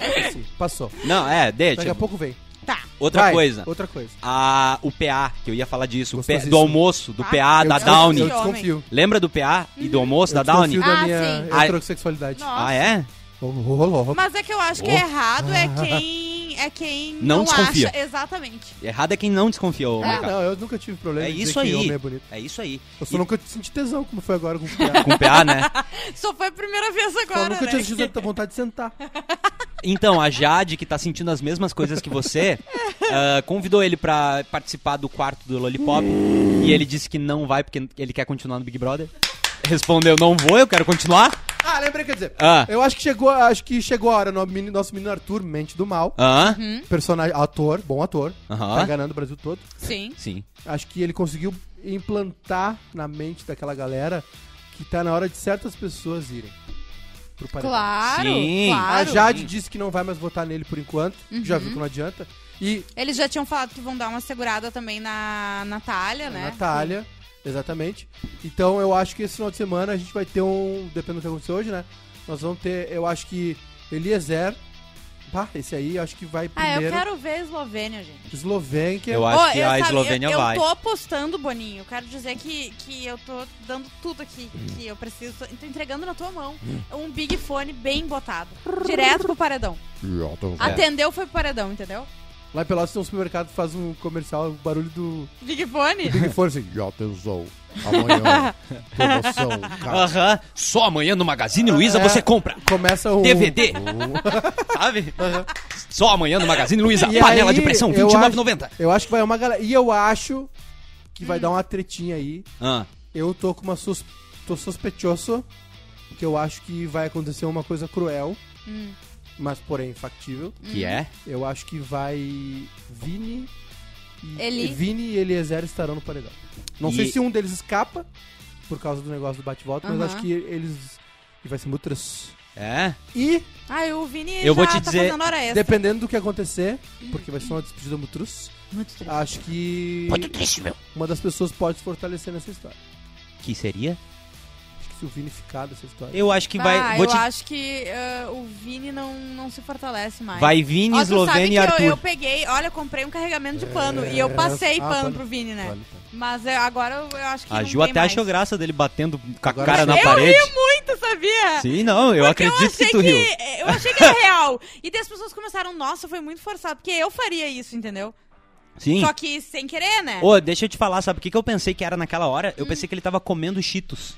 Esqueci. Passou.
né?
Não, é,
Daqui
deixa.
a pouco vem.
Tá.
Outra
Vai,
coisa.
Outra coisa.
A, o PA, que eu ia falar disso. O PA do
Gostosíssimo.
almoço, do
Ah,
PA, da
eu
Downy.
Eu desconfio.
Lembra do PA e do almoço, da
eu
Downy?
desconfio da
Ah,
minha
sim.
Ah,
heterossexualidade.
Nossa.
Ah, é?
Rolou.
Mas é que eu acho que é errado
(laughs)
é quem é quem
Não desconfia.
acha exatamente.
Errado é quem não desconfia, ô
Ah,
Maiká.
não, eu nunca tive problema
É
de dizer
isso
que
aí.
homem é bonito.
É isso aí.
Eu só
E-
nunca senti tesão, como foi agora com o piá.
(laughs) Com PA, né?
Só foi a primeira vez
Só
agora,
nunca
né?
tinha sentido vontade de sentar.
Então, a Jade, que tá sentindo as mesmas coisas que você, ah, convidou ele pra participar do quarto do Lollipop. e ele disse que não vai porque ele quer continuar no Big Brother. Respondeu, não vou, eu quero continuar.
Ah, lembrei o que eu ia dizer.
Ah.
Eu acho que chegou, acho que chegou a hora. no- menino- Nosso menino Arthur, mente do mal.
Hã?
Personagem, ator, bom ator.
Aham.
Tá enganando o Brasil todo.
Sim.
Sim.
Acho que ele conseguiu implantar na mente daquela galera que tá na hora de certas pessoas irem. Pro paredão.
Claro,
Sim. Ah,
A
claro.
Jade disse que não vai mais votar nele por enquanto. Já
Uhum.
viu que não adianta. E
Eles já tinham falado que vão dar uma segurada também na Natália, né?
Natália, exatamente. Então eu acho que esse final de semana a gente vai ter um. Dependendo do que aconteceu hoje, né? Nós vamos ter, eu acho que Eliezer. Pá, esse aí eu acho que vai
Ah, eu
primeiro.
quero ver a Eslovênia, gente.
Eslovênia.
Eu acho
Ô,
que
eu
a
sabe-
Eslovênia
eu,
vai.
Eu tô apostando, Boninho. Quero dizer que, que eu tô dando tudo aqui que eu preciso. Tô tô entregando na tua mão
Hum.
um Big Fone bem botado. Direto pro paredão.
É.
Atendeu, foi pro paredão, entendeu?
Lá em Pelotas tem um supermercado que faz um comercial, o barulho do.
Big
(laughs)
Fone?
Big Fone assim, já atenção. Amanhã, promoção, cara.
Aham. É. Só amanhã no Magazine Luiza você compra
Começa um.
DVD. (laughs) Sabe? Só amanhã no Magazine Luiza,
E
panela
aí,
de pressão,
eu acho-
29,90.
Eu acho que vai uma galera. E eu acho que vai dar uma tretinha aí.
Ah,
Eu tô com uma sus... tô suspeitoso que eu acho que vai acontecer uma coisa cruel, mas porém factível.
que é?
Eu acho que vai Vini e
Eli.
Vini e Eliezer estarão no paredão. Não
E-
sei se um deles escapa por causa do negócio do bate-volta,
Aham.
mas acho que eles e vai ser muito triste.
É?
E
Ah, o Vini
Eu
já
vou te
tá
dizer-
fazendo hora extra.
dependendo do que acontecer, porque vai ser uma despedida muito triste, acho que
Muito triste, meu.
uma das pessoas pode se fortalecer nessa história.
Que seria?
Acho que se o Vini ficar dessa história.
Eu acho que vai.
Ah,
vou
eu
te-
acho que ah, o Vini não, não se fortalece mais.
Vai Vini,
Ó, tu sabe
Eslovênia
que
e
eu-
Arthur.
Eu, peguei, olha, eu comprei um carregamento de pano e eu passei
Ah,
pano,
pano.
pro Vini, né?
Pano,
tá.
pano.
Mas eu- agora eu, eu acho que
A
não
Ju
tem
até
mais. (laughs)
achou graça dele batendo com a
Agora
cara na
Eu
parede.
ri muito, sabia?
Sim, não, eu
Porque
acredito
achei é,
que tu riu.
Eu achei que era real. E daí as pessoas começaram, nossa, foi muito forçado, porque eu faria isso, entendeu?
Sim.
Só que sem querer, né?
Ô, deixa eu te falar, sabe o que, que eu pensei que era naquela hora?
Hum.
Eu pensei que ele tava comendo cheetos.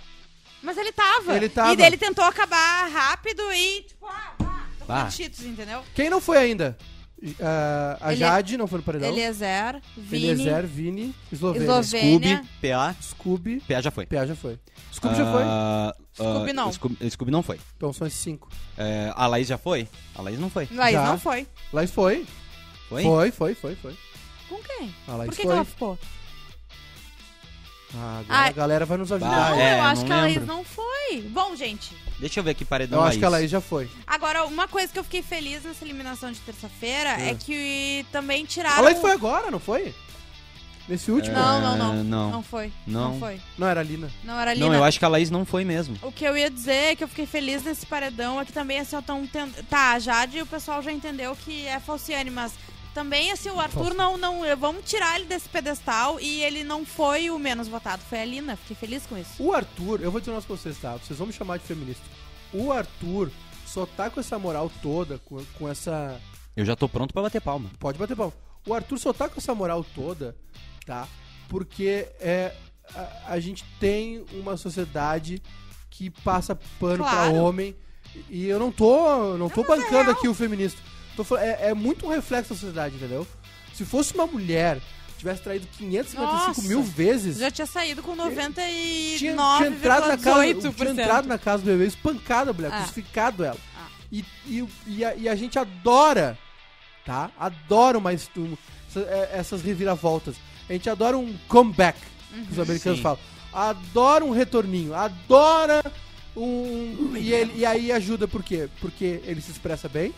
Mas ele tava.
Ele tava.
E daí ele tentou acabar rápido e, tipo, ah, ah, tô
Bah.
com cheetos, entendeu?
Quem não foi ainda? Ah, a
Ele-
Jade não foi no paredão.
Eliezer, é Vini,
Eliezer, Vini, Eslovênia.
é Scooby,
Eslovênia.
PA.
Scooby.
PA já foi.
PA já foi. Scooby já foi.
Ah, ah,
Scooby não.
Scooby, Scooby não foi.
Então são esses cinco.
É, a Laís já foi? A Laís não foi.
Laís
Já.
não foi.
Laís foi.
Foi?
Foi, foi, foi, foi.
Com quem?
A Laís
Por que, que
foi.
ela ficou?
Ah, agora
Ah,
a galera vai nos
Ah,
ajudar.
não,
é,
eu acho
não
que a Laís
lembro.
não foi. Bom, gente,
Deixa eu ver aqui,
Eu
paredão
acho
Laís.
que a Laís já foi.
agora uma coisa que eu fiquei feliz nessa eliminação de terça-feira é, que também tiraram...
A Laís foi agora, não foi? Nesse último?
Não, não,
É,
não.
não.
Não foi.
Não.
Não, foi.
Não, era a Lina.
Não era Lina.
Não, eu acho que a Laís não foi mesmo.
O que eu ia dizer é que eu fiquei feliz nesse paredão. É que também, assim, ó, tão ten- Tá, a Jade e o pessoal já entendeu que é falciane, mas também, assim, o Arthur não, não. Vamos tirar ele desse pedestal e ele não foi o menos votado, foi a Lina. Fiquei feliz com isso.
O Arthur, eu vou dizer um negócio pra vocês, tá? Vocês vão me chamar de feminista. O Arthur só tá com essa moral toda, com, com essa.
Eu já tô pronto pra bater palma.
Pode bater palma. O Arthur só tá com essa moral toda, tá? Porque é, a, a gente tem uma sociedade que passa pano
Claro. é
pra homem. E eu não tô, não tô bancando aqui o feminista. Tô fal- é, é muito um reflexo da sociedade, entendeu? Se fosse uma mulher tivesse traído 555
Nossa.
mil vezes,
Já tinha saído com
tinha, tinha entrado na casa, tinha
99,8%.
entrado na casa do bebê, espancado a mulher,
Ah.
crucificado ela.
Ah.
E, e, e a, e a gente adora, tá? Adora uma estu- essa- é- essas reviravoltas. A gente adora um comeback, que os
Uhum.
americanos
Sim.
falam. Adora um retorninho, adora um... E, ele- e aí ajuda por quê? Porque ele se expressa bem,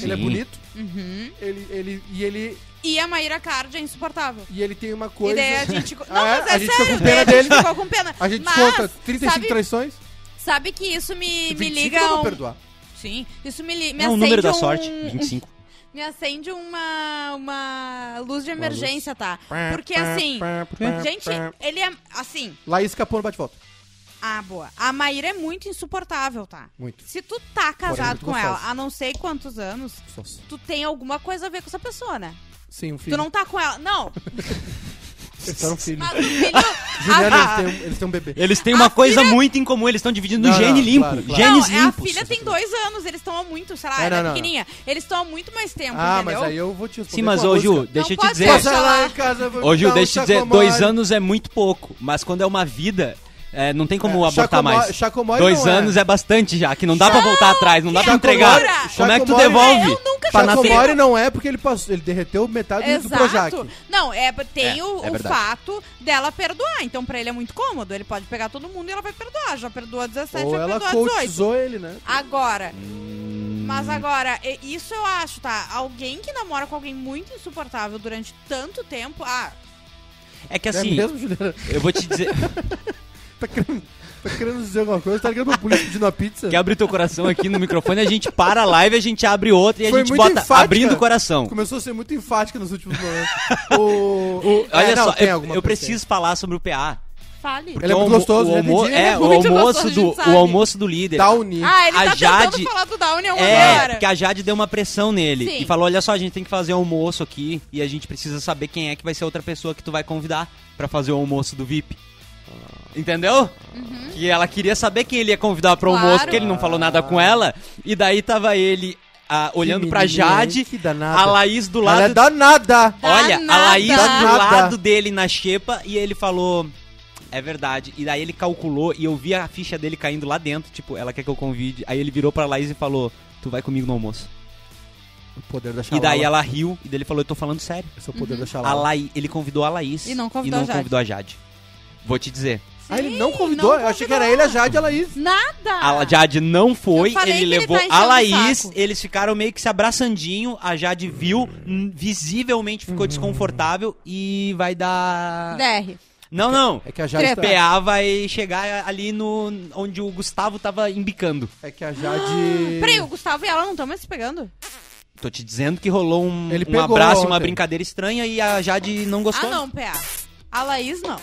ele é
Sim.
bonito,
Uhum.
ele, ele, e, ele,
E a Maíra Card é insuportável.
e ele tem uma
E
coisa...
daí a gente.
(laughs)
Não,
Ah, é?
mas é
A gente ficou
sério,
com pena
daí a
dele.
gente ficou com pena.
A gente
mas,
conta 35
sabe,
traições,
sabe que isso me, me
25
liga.
eu
um-
vou perdoar.
Sim, isso me, li- me
É o
acende
número da
um-
sorte, 25.
Me acende uma, uma luz de emergência, tá? Porque assim, gente, ele é. Assim,
Laís escapou no bate-volta.
ah, boa. A Maíra é muito insuportável, tá?
Muito.
Se tu tá casado
muito
com ela
gostosa.
há não sei quantos anos, tu tem alguma coisa a ver com essa pessoa, né?
Sim, um filho.
Tu não tá com ela. Não!
Eles são filhos.
Mas o
(laughs)
filho.
Juliana, eles têm, um- eles têm um bebê.
Eles têm
A
uma coisa
filha-
muito em comum, eles estão dividindo
Não,
o gene
não,
limpo.
claro, claro.
Genes
não, é a
limpos.
filha tem dois anos, eles estão há muito, sei lá,
É,
ela é
não, não,
pequenininha. Eles estão há muito mais tempo,
Ah, mas
um entendeu?
aí eu vou te responder.
Sim, mas
com a
ô Ju,
música.
deixa
Não
eu te
pode
dizer.
deixar.
Passa lá em casa, eu vou
Ô Ju,
dar um
deixa eu te dizer, dois
chacomore.
anos é muito pouco, mas quando é uma vida, é, não tem como
É,
abortar
chacomore-
mais.
chacomore
dois
não é.
anos é. bastante já, que não dá pra voltar atrás, não dá pra
Chacomore-
entregar.
chacomore-
Como é que tu
chacomore-
devolve?
Eu nunca
Pra
consigo.
nascer.
Chacomore não é porque ele passou, ele derreteu metade É do- do Projac.
Exato. Não, é, tem
É,
o,
é
o
verdade.
fato dela perdoar. Então, pra ele é muito cômodo. Ele pode pegar todo mundo e ela vai perdoar. Já perdoa 17,
Ou
já
ela
perdoa 18.
coachizou ele, né?
Agora. Mas agora, e- isso eu acho, tá? Alguém que namora com alguém muito insuportável durante tanto tempo. Ah,
É que
É
assim,
mesmo, Juliana?
eu vou te dizer,
(laughs) Tá querendo, tá querendo dizer alguma coisa? Tá ligando pra polícia pedindo uma pizza?
quer abrir teu coração aqui no microfone, a gente para a live, a gente abre outra e a
Foi
gente
muito
bota
enfática.
abrindo o coração.
Começou a ser muito enfática nos últimos momentos. o, o-
Olha
é, não,
só,
tem
eu,
alguma
eu
coisa.
preciso falar sobre o PA.
Fale.
Ele é
Porque
muito
o almo-
gostoso,
o,
né,
almo-
Didi?
é,
É
o
muito
almoço
gostoso, a gente
do
sabe.
o almoço do líder.
Tá unido.
ah ele
A
tá
Jade-
tentando falar do Down em alguma
É,
hora.
porque a Jade deu uma pressão nele
Sim.
e falou: olha só, a gente tem que fazer almoço aqui e a gente precisa saber quem é que vai ser a outra pessoa que tu vai convidar pra fazer o almoço do VIP. Entendeu? Que ela queria saber quem ele ia convidar pro
Uhum. Claro.
almoço, porque ele não falou nada com ela. E daí tava ele ah, olhando pra
menininha,
Jade,
hein? né? Que danada.
a Laís do
Ela é
lado.
danada.
Olha, a
Danada.
Laís do
Danada.
lado dele na xepa e ele falou. É verdade. E daí ele calculou e eu vi a ficha dele caindo lá dentro. Tipo, ela quer que eu convide. Aí ele virou pra Laís e falou: Tu vai comigo no almoço.
O poder da
E daí ela riu, e daí ele falou, eu tô falando sério.
Esse é o poder da
A
xalala.
Laí, ele convidou a Laís.
E não convidou
e
a Jade.
convidou a Jade. Vou te dizer.
Ah, ele não
Sim,
convidou?
não
Eu achei que
convidou.
era ele, a Jade e a Laís.
Nada!
A Jade não foi,
Tá. Eu falei
ele
que ele
levou
tá enchendo
a
o
Laís,
saco.
eles ficaram meio que se abraçandinho, a Jade viu, hum, visivelmente
Uhum.
ficou desconfortável e vai dar...
DR.
Não, não.
É que a Jade...
Treta.
tá-
PA vai chegar ali no onde o Gustavo tava embicando.
É que a Jade...
Peraí, o Gustavo e ela não estão mais se pegando?
Tô te dizendo que rolou um,
Ele
um
pegou
abraço, uma
ontem.
brincadeira estranha e a Jade não
Ah,
gostou.
não, PA. A Laís não.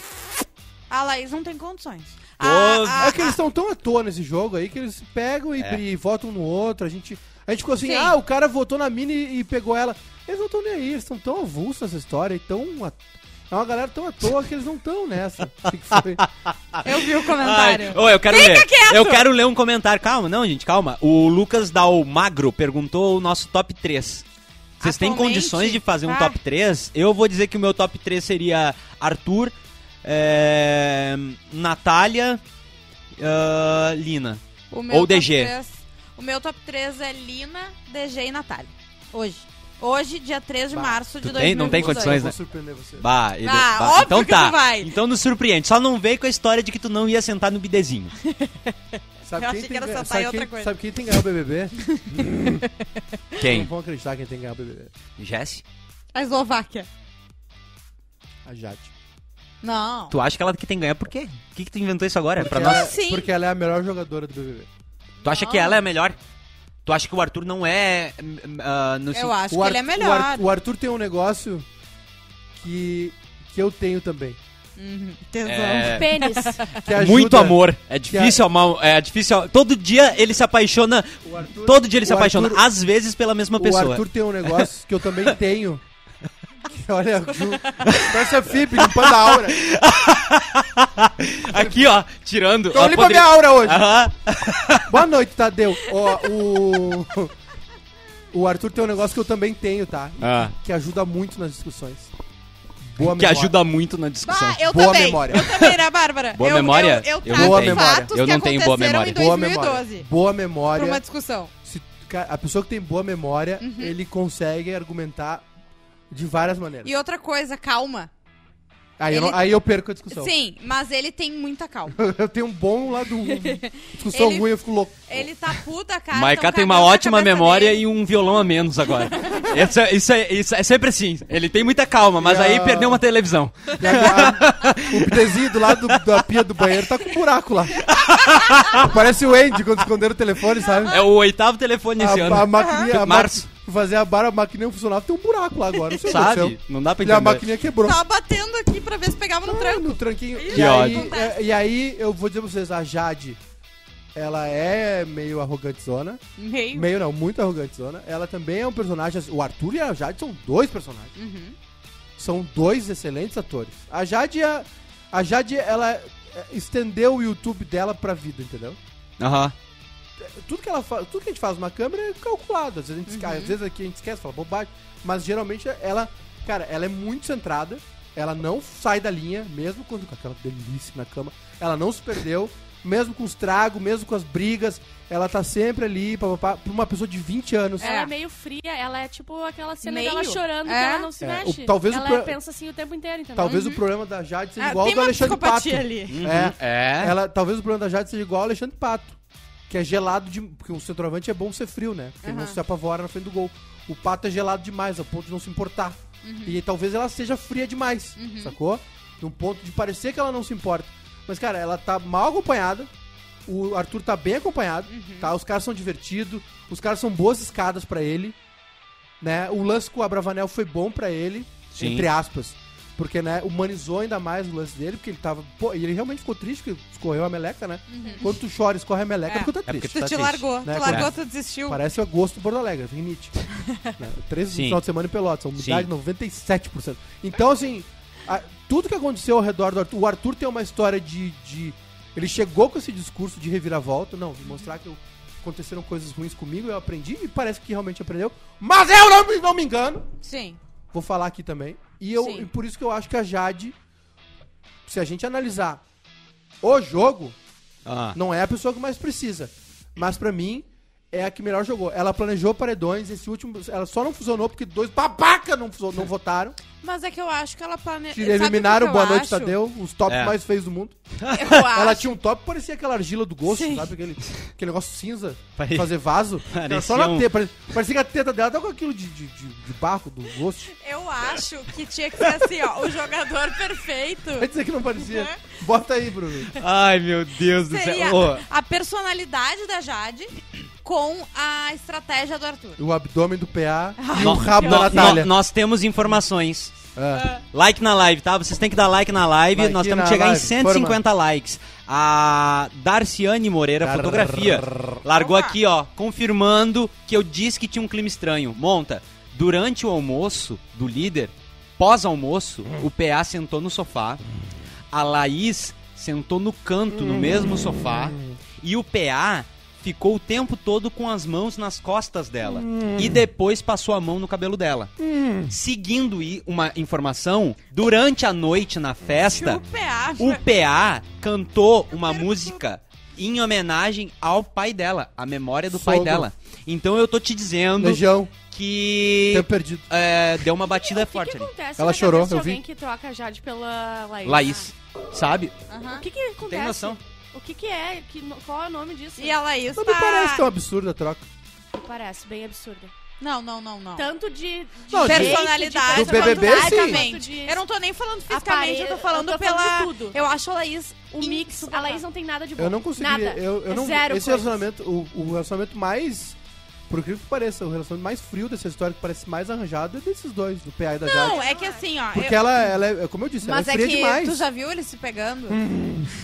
A Laís não tem condições.
Todos-
A, a,
É que eles estão tão à toa nesse jogo aí que eles pegam e,
É.
e votam no outro. A gente, a gente ficou assim,
Sim.
ah, o cara votou na mina e, e pegou ela. Eles não estão nem aí, eles estão tão avulsos nessa história e tão. a- É uma galera tão à toa que eles não estão nessa. O É que que
(laughs)
foi?
Eu vi o
Ai,
comentário.
ô, eu quero
Fica
ler.
quieto!
Eu quero ler um comentário. Calma, não, gente, calma. O Lucas Dalmagro perguntou o nosso top 3. Vocês têm
Atualmente?
condições de fazer um
Ah.
top 3? Eu vou dizer que o meu top 3 seria Arthur, é, Natália, ah, Lina.
O
Ou
top
DG.
três- o meu top 3 é Lina, DG e Natália. Hoje. Hoje, dia 3 de março de
tu tem-
2022.
não tem condições, né?
Vou surpreender você.
Bah, ele-
Ah,
bah,
óbvio
então
que
tá.
tu vai.
Então nos surpreende. Só não veio com a história de que tu não ia sentar no
(laughs)
bidezinho.
Sabe
Eu
quem
achei
tem
que era
ganha-
sentar
sabe
em outra
quem-
coisa.
Sabe quem tem que ganhar o BBB? Não
Quem?
vão acreditar quem tem que ganhar o BBB.
Jesse?
A Eslováquia.
A Jade.
Não.
Tu acha que ela que tem que ganhar por quê? O que, que tu inventou isso agora? Pra
Porque
nós?
ela-
Sim.
Porque ela é a melhor jogadora do BBB.
Tu acha
Não.
que ela é a melhor? Tu acha que o Arthur não é. hum, hum, ah, no
Eu
sen-
acho
O
que ele é
Arthur-
melhor.
O Arthur, o Arthur tem um negócio que, que eu tenho também.
Tesão.
É.
Pênis.
Que ajuda-
Muito amor. É difícil amar. É difícil. Todo dia ele se apaixona.
O Arthur-
Todo dia ele se
o
apaixona.
Arthur-
Às vezes pela mesma
O
pessoa.
Arthur tem um negócio que eu
(laughs)
também tenho. Que, olha, Ju, parece a Fib limpando a aura.
Aqui, ó, tirando.
Então
ó,
limpa
podre-
minha aura hoje.
Aham.
Boa noite, Tadeu. Ó, o... o Arthur tem um negócio que eu também tenho, tá?
Ah,
Que ajuda muito nas discussões. Boa
que
memória.
ajuda muito na discussão.
Bah, eu
Boa
também.
memória.
Eu também, né, Bárbara?
Boa
eu,
memória?
Eu, eu
Eu
trago
não tenho.
fatos
Eu não
que
tenho boa
aconteceram
memória.
em
Boa
2012.
memória. Boa
Pra
memória.
uma discussão.
Se- ca- a pessoa que tem boa memória,
Uhum.
ele consegue argumentar de várias maneiras.
E outra coisa, calma.
Aí, eu
ele-
não- aí eu perco a discussão.
Sim, mas ele tem muita
(laughs)
calma.
(laughs) Eu tenho um bom lado ruim.
(laughs)
Discussão
Ele-
ruim, eu fico louco.
Ele tá puta, cara.
Maiká
tão
tem uma
cagando na
ótima
cabeça
memória
dele.
e um violão a menos agora. isso, é, isso, é, isso é sempre assim. Ele tem muita calma, mas aí
Ah.
perdeu uma televisão.
(laughs)
E agora, o desenho do lado do- da pia do banheiro tá com um buraco lá. Parece o Andy quando esconderam o telefone,
Uhum.
sabe?
É o oitavo telefone esse ano.
a, a maquininha, a
Março.
maqui- fazer a barra, a maquininha não funcionava, tem um buraco lá agora. Não sei o que
Sabe?
aconteceu.
Não dá pra
E a
entender.
maquininha quebrou.
Tava Tá batendo aqui pra ver se pegava no
Ah,
tranco.
no tranquinho.
Que
E aí,
ódio.
é- e aí, eu vou dizer pra vocês, a Jade, ela é meio arrogantezona.
Meio.
Meio
Uhum.
não, muito arrogantezona. Ela também é um personagem. assim, O Arthur e a Jade são dois personagens. São dois excelentes atores. A Jade, a, a Jade ela é, estendeu o YouTube dela pra vida, entendeu?
Aham.
Tudo que, ela fa- tudo que a gente faz numa câmera é calculado. Às vezes, a gente,
Uhum.
esca- às vezes aqui a gente esquece, fala bobagem. Mas geralmente ela, cara, ela é muito centrada. Ela não sai da linha, mesmo quando com aquela delícia na cama. Ela não se perdeu, mesmo com os tragos, mesmo com as brigas. Ela tá sempre ali, papapá, pra uma pessoa de 20 anos.
Ela é meio fria, ela é tipo aquela cena
Meio?
dela chorando
É.
que ela não se
É,
mexe.
o- talvez o
ela
pro-
pensa assim o tempo inteiro, entendeu?
Talvez o problema da Jade seja
uhum. Ah,
igual ao
tem
do
uma
Alexandre Pato.
psicopatia ali.
É.
É.
Ela, talvez o problema da Jade seja igual ao Alexandre Pato. Que é gelado de. Porque um centroavante é bom ser frio, né? Porque ele não
Aham.
se apavora na frente do gol. O Pato é gelado demais, ao ponto de não se importar. E talvez ela seja fria demais, sacou? Num ponto de parecer que ela não se importa. Mas, cara, ela tá mal acompanhada. O Arthur tá bem acompanhado, tá? Os caras são divertidos. Os caras são boas escadas pra ele. Né? O lance com o Abravanel foi bom pra ele,
Sim.
entre aspas. Porque, né, humanizou ainda mais o lance dele, porque ele tava. Pô, e ele realmente ficou triste porque escorreu a meleca, né? Quando tu chora, e escorre a meleca,
É.
porque tu tá
É porque
triste.
tu
Tu
tá
te
triste.
largou,
Né,
tu
cara?
largou, tu desistiu.
Parece o agosto do Porto Alegre, tem Nietzsche. né? Três
Sim.
no final de semana em Pelotas, a umidade
Sim.
97%. Então, assim, a- tudo que aconteceu ao redor do Arthur. O Arthur tem uma história de. de- ele chegou com esse discurso de reviravolta, não, de mostrar que eu- aconteceram coisas ruins comigo, eu aprendi e parece que realmente aprendeu. Mas eu não, me- não me engano!
Sim.
Vou falar aqui também. E, eu,
Sim.
e por isso que eu acho que a Jade, se a gente analisar o jogo,
Ah.
não é a pessoa que mais precisa. Mas pra mim, é a que melhor jogou. Ela planejou paredões, esse último. Ela só não funcionou porque dois babaca não, funcionou-
(laughs)
não votaram.
Mas é que eu acho que ela
Te
planejou.
eliminaram o Boa Noite
acho?
Tadeu, os top
É.
mais feios do mundo.
Eu
Ela
acho.
tinha um top que parecia aquela argila do gosto,
Sim.
sabe? Aquele, aquele negócio cinza,
Pare- (laughs)
fazer vaso. Era só
Parecia
na
um-
teta, pare- parecia que a teta dela tava com aquilo de, de, de, de barro do
(laughs)
gosto.
Eu acho que tinha que ser assim, ó, o jogador perfeito.
Vai dizer que não parecia.
Né?
Bota aí, Bruno.
Ai, meu Deus do
Seria
céu. Ô,
a personalidade da Jade com a estratégia do Arthur.
O abdômen do
(laughs)
PA
Ah,
e o
nó-
rabo
nó-
da Natália.
nó- Nós temos informações.
É.
Like na live, tá? Vocês têm que dar like na live.
Like
Nós temos que
na
chegar
live,
em 150 likes. A Darciane Moreira,
Dar-
fotografia, largou
Opa.
aqui, ó, confirmando que eu disse que tinha um clima estranho. Monta, durante o almoço do líder, pós-almoço,
Hum.
o PA sentou no sofá, a Laís sentou no canto, no mesmo sofá, e o PA ficou o tempo todo com as mãos nas costas dela. E depois passou a mão no cabelo dela. Seguindo i- uma informação, durante a noite na festa,
O PA.
o PA cantou uma música em homenagem ao pai dela, à memória do pai
Sogro.
dela. Então eu tô te dizendo
Legião,
que
tempo perdido.
é, deu uma batida
O que,
forte
que
ali.
acontece
Ela
na
chorou,
cabeça de
eu vi.
alguém que troca a Jade pela Laís?
Laís, sabe?
O que que acontece?
Tem noção.
O que que é? Que, no- qual é o nome disso?
E a Laís
Não
tá...
me parece tão absurda a troca.
Parece bem absurda.
Não, não, não, não.
Tanto de, de
Não,
jeito,
personalidade,
tipo,
um
Do BBB, sim.
comportamento, de-
Eu não tô nem falando fisicamente,
Aparelho,
eu tô falando
eu tô
pela...
falando tudo.
Eu acho a Laís um
O mix, a Laís não tem nada de bom.
Eu não conseguiria.
Nada.
Eu, eu
É
não,
zero
esse
coisas.
relacionamento, o, o relacionamento mais. Por incrível que pareça, o relacionamento mais frio dessa história, que parece mais arranjado, é desses dois, do PA e da
Não,
Jade.
é que assim, ó...
Porque
eu-
ela, ela é, como eu disse,
Mas é
ela é fria
que
demais. Hum.
tu já viu ele se pegando?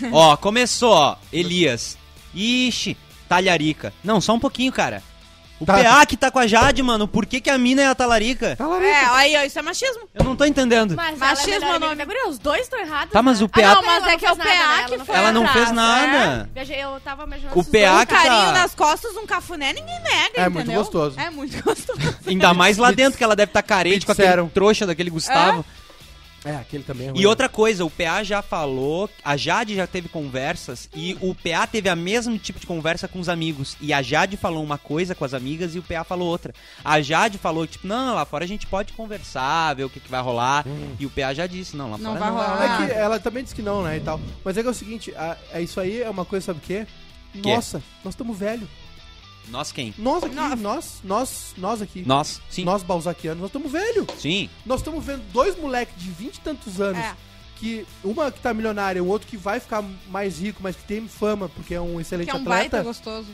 Ó, começou, ó. Elias. Ixi, talharica. Não, só um pouquinho, cara. O
Tá.
PA que tá com a Jade, mano, por que, que a mina é a talarica?
né?
É, aí, ó, isso é machismo.
Eu não tô entendendo.
Mas
Machismo
ela é melhor
é o nome.
amiga da guria, Os dois estão errados.
Tá, mas
né?
o PA
Ah, não,
Mas
mas
é
é
que
que
é o
o PA
PA que
que
foi
Ela não fez nada.
Ah, Eu tava imaginando
O
esses
PA
dois.
Um
que tá-
carinho nas costas, um cafuné, ninguém nega,
É
entendeu?
muito gostoso.
É muito gostoso.
Ainda mais lá
Me dis-
dentro, que ela deve estar tá carente
me
com aquele
disseram.
trouxa daquele Gustavo.
É, aquele também é ruim.
E outra coisa, o PA já falou, a Jade já teve conversas e o PA teve a mesmo tipo de conversa com os amigos. E a Jade falou uma coisa com as amigas e o PA falou outra. A Jade falou, tipo, não, lá fora a gente pode conversar, ver o que, que vai rolar.
Hum.
E o PA já disse, não, lá
Não
fora
vai
não.
rolar.
É que ela também disse que não, né, e tal. Mas é que é o seguinte, a- é isso aí é uma coisa, sabe o quê?
Quê?
Nossa, nós estamos velho.
Nós quem?
Nós aqui, nós, nós, nós aqui.
Nós? Sim.
Nós, balzaquianos, nós estamos velho.
Sim.
Nós estamos vendo dois moleques de vinte e tantos anos.
É.
Que uma que tá milionária, o outro que vai ficar mais rico, mas que tem fama, porque é um excelente
Que é um
atleta.
baita gostoso.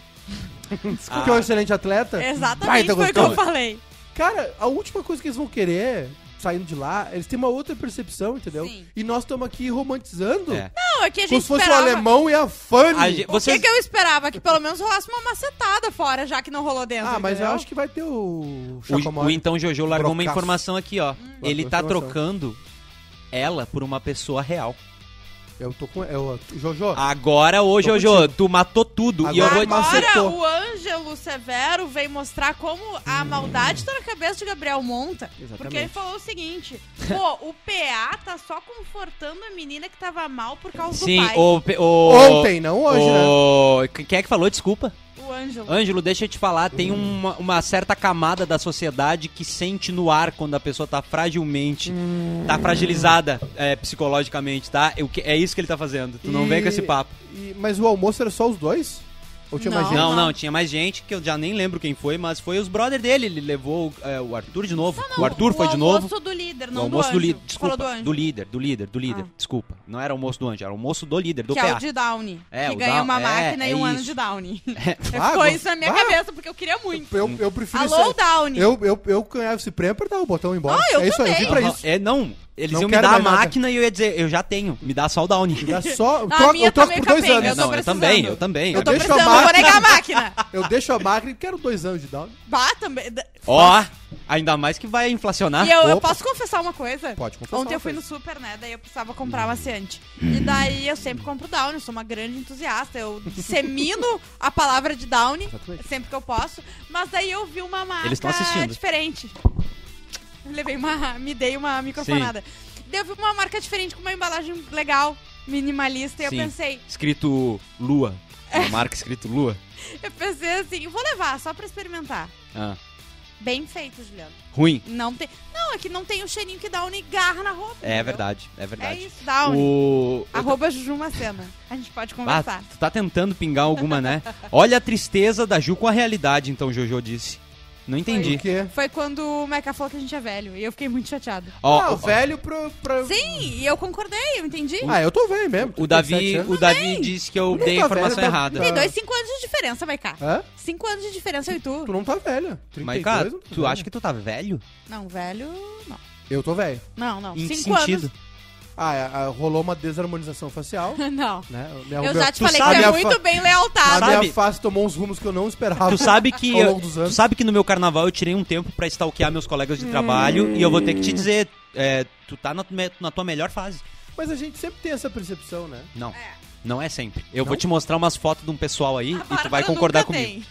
Porque é um excelente atleta.
Exatamente
Baita
foi o que
gostoso.
eu falei.
Cara, a última coisa que eles vão querer saindo de lá, eles têm uma outra percepção, entendeu?
Sim.
E nós estamos aqui romantizando
É.
Não, é que a
como
gente
se fosse
esperava...
o alemão e a Fanny.
A gente-
O
vocês-
que, que eu esperava? Que pelo menos rolasse uma macetada fora, já que não rolou dentro.
Ah, mas eu
entendeu?
acho que vai ter o
O,
Chacomore.
o então Jojo largou uma
Brocaço.
informação aqui, ó. Ele
Largou
tá
informação.
trocando ela por uma pessoa real.
Eu tô com... Eu, Jojo,
Ah, Agora, ô
Tô
Jojo,
contigo.
tu matou tudo. e eu
Agora é
vou
mas
Agora
acertou.
o Ângelo Severo veio mostrar como a maldade tá na cabeça de Gabriel Monta. Porque ele falou o seguinte: pô, o PA tá só confortando a menina que tava mal por causa
Sim,
do pai.
o, pe- o.
ontem, não hoje, né?
o... Quem é que falou? Desculpa.
O Ângelo.
Ângelo, deixa eu te falar, tem
Hum.
uma, uma certa camada da sociedade que sente no ar quando a pessoa tá fragilmente, tá
Hum.
fragilizada é, psicologicamente, tá? Eu que- é isso que ele tá fazendo. Tu não
E-
vem com esse papo.
E- mas o almoço era só os dois? Ou tinha
Não.
mais gente?
Não, não, tinha mais gente que eu já nem lembro quem foi, mas foi os brother dele. Ele levou é, o Arthur de novo. o Arthur foi de
O
novo.
almoço do líder,
O
não
almoço
do
do
Ângelo.
líder, desculpa,
Falou do Ângelo. Ah.
do líder, do líder, do líder, desculpa. Não era almoço do anjo, era almoço do líder, do
que é
PA.
o
(laughs)
de Downey.
É,
que
o
ganha
Down-
uma
é,
máquina
é
e um ano
isso.
de
(laughs)
Downey.
Ah,
Ficou isso na minha
ah,
cabeça, porque eu queria muito.
Eu, eu prefiro
Alô,
isso-
Downey.
Eu, eu, eu ganhava esse prêmio pra dar o botão embora.
Ah, eu
é isso aí, eu
também.
vim pra
Aham,
isso.
É, não, eles
Não
iam me
quero
dar a
mais nada.
máquina e eu ia dizer, eu já tenho, me dá só o Downy. (laughs) É,
Dá É
(laughs)
só,
a
troco-
minha
eu troco
também
por dois
acabei,
anos.
eu tô
não, eu
precisando.
também, eu também.
Eu
Tô
deixa a
precisando, vou
máquina.
negar a máquina.
Eu deixo a máquina e quero dois anos de down.
Bah, também. d-
Ó, ainda mais que vai inflacionar.
E eu, eu
opa.
posso confessar uma coisa?
Pode confessar
Ontem
uma
eu fui no super, né? Daí eu precisava
Hum.
comprar maciante. E daí eu sempre compro Downy, eu sou uma grande entusiasta. Eu dissemino (laughs) a palavra de Downy sempre que eu posso. Mas daí eu vi uma marca
Eles tão assistindo.
diferente. Levei uma. (laughs) Me dei uma microfonada. Daí eu vi uma marca diferente com uma embalagem legal, minimalista. E
Sim.
eu pensei,
Escrito
(laughs)
Lua. Uma marca escrito Lua.
eu pensei assim, vou levar só pra experimentar.
Ah,
Bem feito, Juliano.
ruim.
Não tem. Não, é que não tem o cheirinho que Downy garra na roupa.
É
entendeu?
verdade, é
É
verdade.
isso, Downy.
o... eu
Arroba Juju Macena. A gente pode
Ah,
conversar.
tu tá tentando pingar alguma,
(laughs)
né? Olha a tristeza da Ju com a realidade, então, Jojo disse. Não entendi.
Porque...
Foi quando o Meca falou que a gente é velho. E eu fiquei muito chateado.
Ó,
ah,
ó,
o velho pro... pra-
Sim, e eu concordei, eu entendi.
Ah, eu tô velho mesmo.
o Davi,
37 anos.
o Davi disse que eu
Não
dei a
tá
informação
velho, tá-
errada.
Tem dois, cinco anos de diferença, Maiká.
Ah.
Hã?
Cinco anos de diferença eu e tu.
Tu não tá velho. 32,
Mas, cara,
não tá
tu
velho.
acha que tu tá velho?
Não, velho, não.
Eu tô velho.
Não, não.
Em que
cinco
sentido?
Ah, é, ah, rolou uma
(laughs)
desarmonização facial,
anos. Não.
né? Minha-
Eu
meu-
já te
tu
falei
sabe
que tu é
a
muito
fa-
bem
A
lealtado.
Sabe-
minha face tomou uns rumos que eu não esperava.
Tu sabe que
Ao
eu-
longo dos anos. Hum.
tu sabe que no meu carnaval eu tirei um tempo pra stalkear meus colegas de trabalho e eu vou ter que te dizer, é, tu tá na, tu me- na tua melhor fase.
(laughs) Mas a gente sempre tem essa percepção, né?
Não. Não é sempre. Eu vou te mostrar umas fotos de um pessoal
Ah,
aí e tu vai concordar comigo.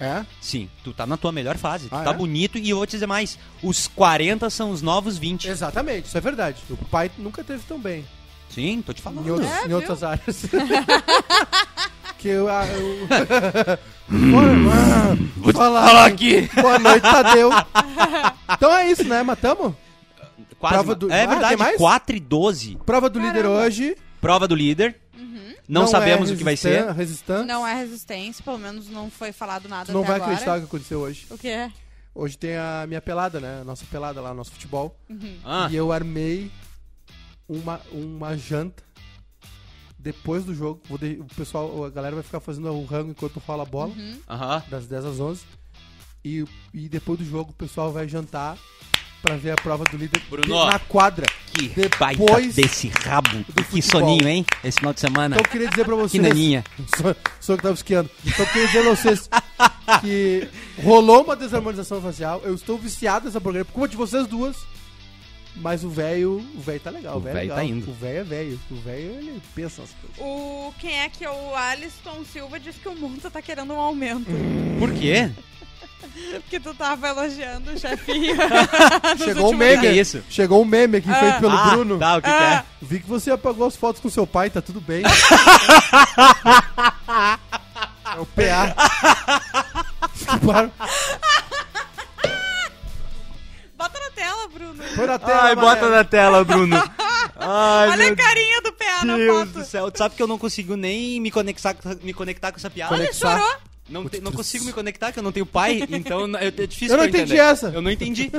É?
Sim, tu tá na tua melhor fase, tu
Ah,
tá
é?
bonito e eu vou te dizer mais, os 40 são os novos 20.
Exatamente, isso é verdade. O pai nunca teve tão bem.
Sim, tô te falando.
Em, outros-
É,
em
viu? (laughs)
outras áreas. que eu. ah, eu-
(laughs)
Hum,
Bora, Vou falar aqui. Boa
(laughs)
noite, Tadeu. Então é isso, né? Matamos?
Quase,
Prova do-
É
Ah,
verdade,
tem mais?
4 e 12.
Prova do líder hoje.
Prova do líder. Não,
é
sabemos o que vai
resistan-
ser.
Resistância.
Não é resistência, pelo menos não foi falado nada
Tu não
até
vai
agora.
acreditar o que aconteceu hoje.
O quê?
Hoje tem a minha pelada, né? A nossa pelada lá, nosso futebol.
Ah,
E eu armei uma, uma janta depois do jogo. Vou de- O pessoal, a galera vai ficar fazendo o rango enquanto rola a bola,
aham.
das 10 às 11. E, e depois do jogo o pessoal vai jantar pra ver a prova do líder
Bruno.
na quadra.
Que
Depois
baita desse rabo. que
futebol.
soninho, hein? Esse final de semana.
Então eu queria dizer
(laughs)
pra
que
vocês...
naninha.
(laughs) Sou, sou eu que tava esquiando. Então eu queria dizer pra vocês que rolou uma desarmonização facial. Eu estou viciado nessa programa, por culpa de vocês duas. Mas o velho, o velho tá legal,
O
o velho é
velho tá
legal.
indo.
O velho é velho, o velho ele pensa as coisas.
O quem é que é o Aliston Silva disse que o Monta tá querendo um aumento.
Hum. Por quê?
Porque tu tava elogiando o
(laughs)
chefinho.
Chegou um
Que
meme,
isso?
chegou um meme aqui feito pelo
ah,
Bruno.
Tá, o que, que é?
Vi que você apagou as fotos com seu pai, tá tudo
(laughs)
bem. é o PA. Para-
Bota na tela, Bruno.
Põe na tela, Maria.
tela,
(laughs)
Bruno. Ai,
Olha a carinha do PA na
Deus do
foto.
céu. Tu sabe que eu não consigo nem me conectar, com- me conectar com essa piada?
Olha,
Conexar.
chorou.
Não, te- não consigo me conectar, que eu não tenho pai, então não- eu- é difícil
Eu não
pra
entendi
entender.
essa.
Eu não entendi.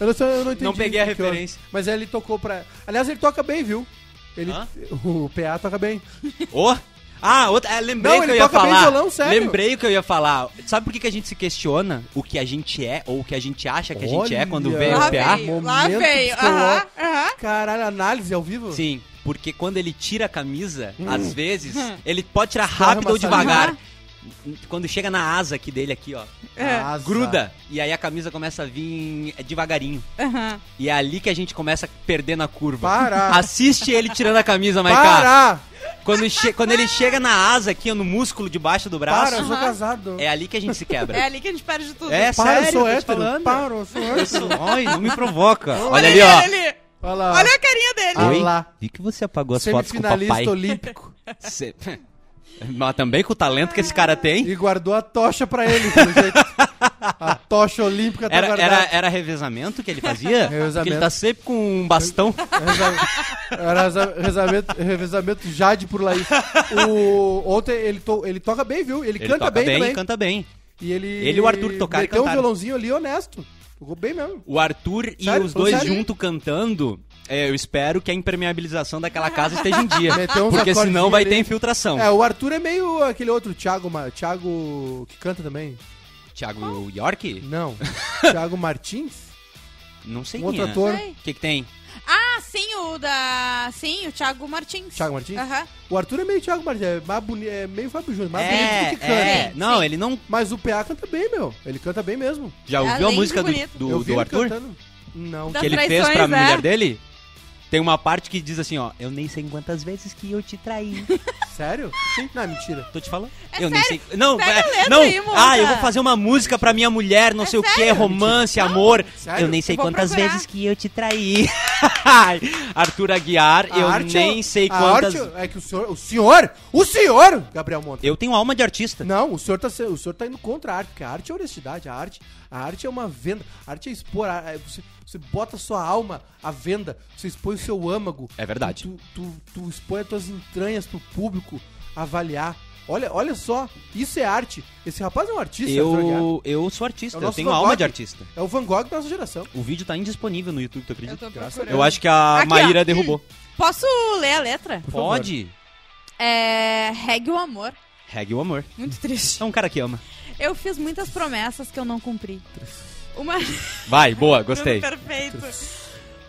Eu não, sei- eu não entendi.
Não peguei a
o que que houve.
referência.
mas (laughs) ele tocou pra. Aliás, ele toca bem, viu? Ele,
Hã?
o PA toca bem.
Ô, Ah, outra, é, lembrei
Não,
que
ele
eu ia
toca bem
falar.
violão, sério.
Lembrei o que eu ia falar. Sabe por que, que a gente se questiona o que a gente é ou o que a gente acha que a gente é quando vem
Lá
o PA?
veio, lá
Momento
veio, aham,
psicológico. Caralho, análise ao vivo?
Sim, porque quando ele tira a camisa, às vezes, ele pode tirar rápido
Hum. uma
ou
saliva.
devagar. Quando chega na asa aqui dele, aqui, ó,
Asa.
gruda. E aí a camisa começa a vir é devagarinho.
aham.
E é ali que a gente começa a perder na curva.
Para.
Assiste ele tirando a
(laughs)
camisa, Maiká.
Para!
Quando, che- quando ele chega na asa aqui, ó, no músculo debaixo do
Para,
braço,
eu sou casado.
é ali que a gente se quebra.
É ali que a gente perde de tudo.
É,
Para,
sério,
eu sou
tô te
hétero.
falando.
Para, eu sou hétero.
Eu (laughs) sou- Ai, não me provoca.
Olha
Olha
ele,
ali, ó.
olha ele.
Olha lá.
Olha a carinha dele.
Ah,
Oi?
lá.
Vi que você apagou as fotos com o papai.
Semifinalista olímpico.
Cê- (laughs) Mas também com o talento que esse cara tem.
E guardou a tocha pra ele, pelo jeito. A tocha olímpica tá
Era,
guardada.
era, era revezamento que ele
(laughs)
fazia?
Revezamento.
Porque ele tá sempre com um bastão.
Era reza- rezamento, revezamento Jade por Laís. O, ontem ele, to- ele toca bem, viu? Ele,
Ele
canta
toca
bem,
bem,
também.
canta bem.
E ele,
Ele e o Arthur tocaram e
Meteu um
cantaram.
violãozinho ali honesto. Tocou bem mesmo.
O Arthur e
Sério?
os
Tô
dois
sério?
juntos cantando. é, eu espero que a impermeabilização daquela casa esteja em dia.
(laughs) Meteu uns
Porque senão
acordezinhos
vai
ali.
ter infiltração.
É, o Arthur é meio aquele outro Thiago, Ma- Thiago que canta também.
Thiago York? (laughs)
Não. Thiago Martins?
Não sei
Um
quem
outro
é.
ator.
Sei.
O que, que tem?
Ah, sim, o da. Sim, o Thiago Martins.
Thiago Martins?
Aham.
O Arthur é meio Thiago Martins, é, mais boni... é meio Fábio Júnior, mais
é,
bonito que
é.
canta.
Não, ele não.
Mas o PA canta bem, meu. Ele canta bem mesmo.
Já
Além
ouviu a
de
música do,
bonito.
do-
Eu
do
vi ele
Arthur?
cantando. Não.
Da-
que ele
Das
fez pra
traições, né?
mulher dele? Tem uma parte que diz assim, ó, eu nem sei quantas vezes que eu
(laughs)
te traí.
Sério? Sim. Não, mentira.
Tô te falando?
É
eu nem
sério?
sei. Não,
Pega
é-
a letra
não.
aí, moça. É
ah, eu vou fazer uma música pra minha mulher, não sei o que, romance, amor.
Sério?
Eu nem sei
Eu vou
quantas
procurar.
vezes que eu te traí. (laughs) Arthur Aguiar, eu nem sei
a
quantas.
arte é que o senhor, o senhor, o senhor, Gabriel Monta.
Eu tenho alma de artista.
Não, o senhor, tá, se- o senhor tá indo contra a arte, porque a arte é honestidade, a arte, a arte é uma venda, a arte é expor, a- é você, você bota sua alma à venda, você expõe o seu âmago.
É verdade.
Tu, tu, tu expõe as tuas entranhas pro público avaliar. Olha, olha só, isso é arte. Esse rapaz é um artista, Arthur Aguiar.
Eu, eu sou artista,
É o
eu
nosso
tenho
Van
alma
Gogh.
de artista.
É o Van Gogh da nossa geração.
O vídeo tá indisponível no YouTube, tu
Eu
acredita?
tô
Graças a
procurando.
Eu acho que a
Aqui, ó.
Maíra derrubou.
Posso ler a letra?
favor.
Pode.
É. Regue o amor.
Regue o amor.
Muito triste.
É um cara que ama.
(laughs) Eu fiz muitas promessas que eu não cumpri. Uma.
Vai, boa, gostei.
(laughs) Perfeito.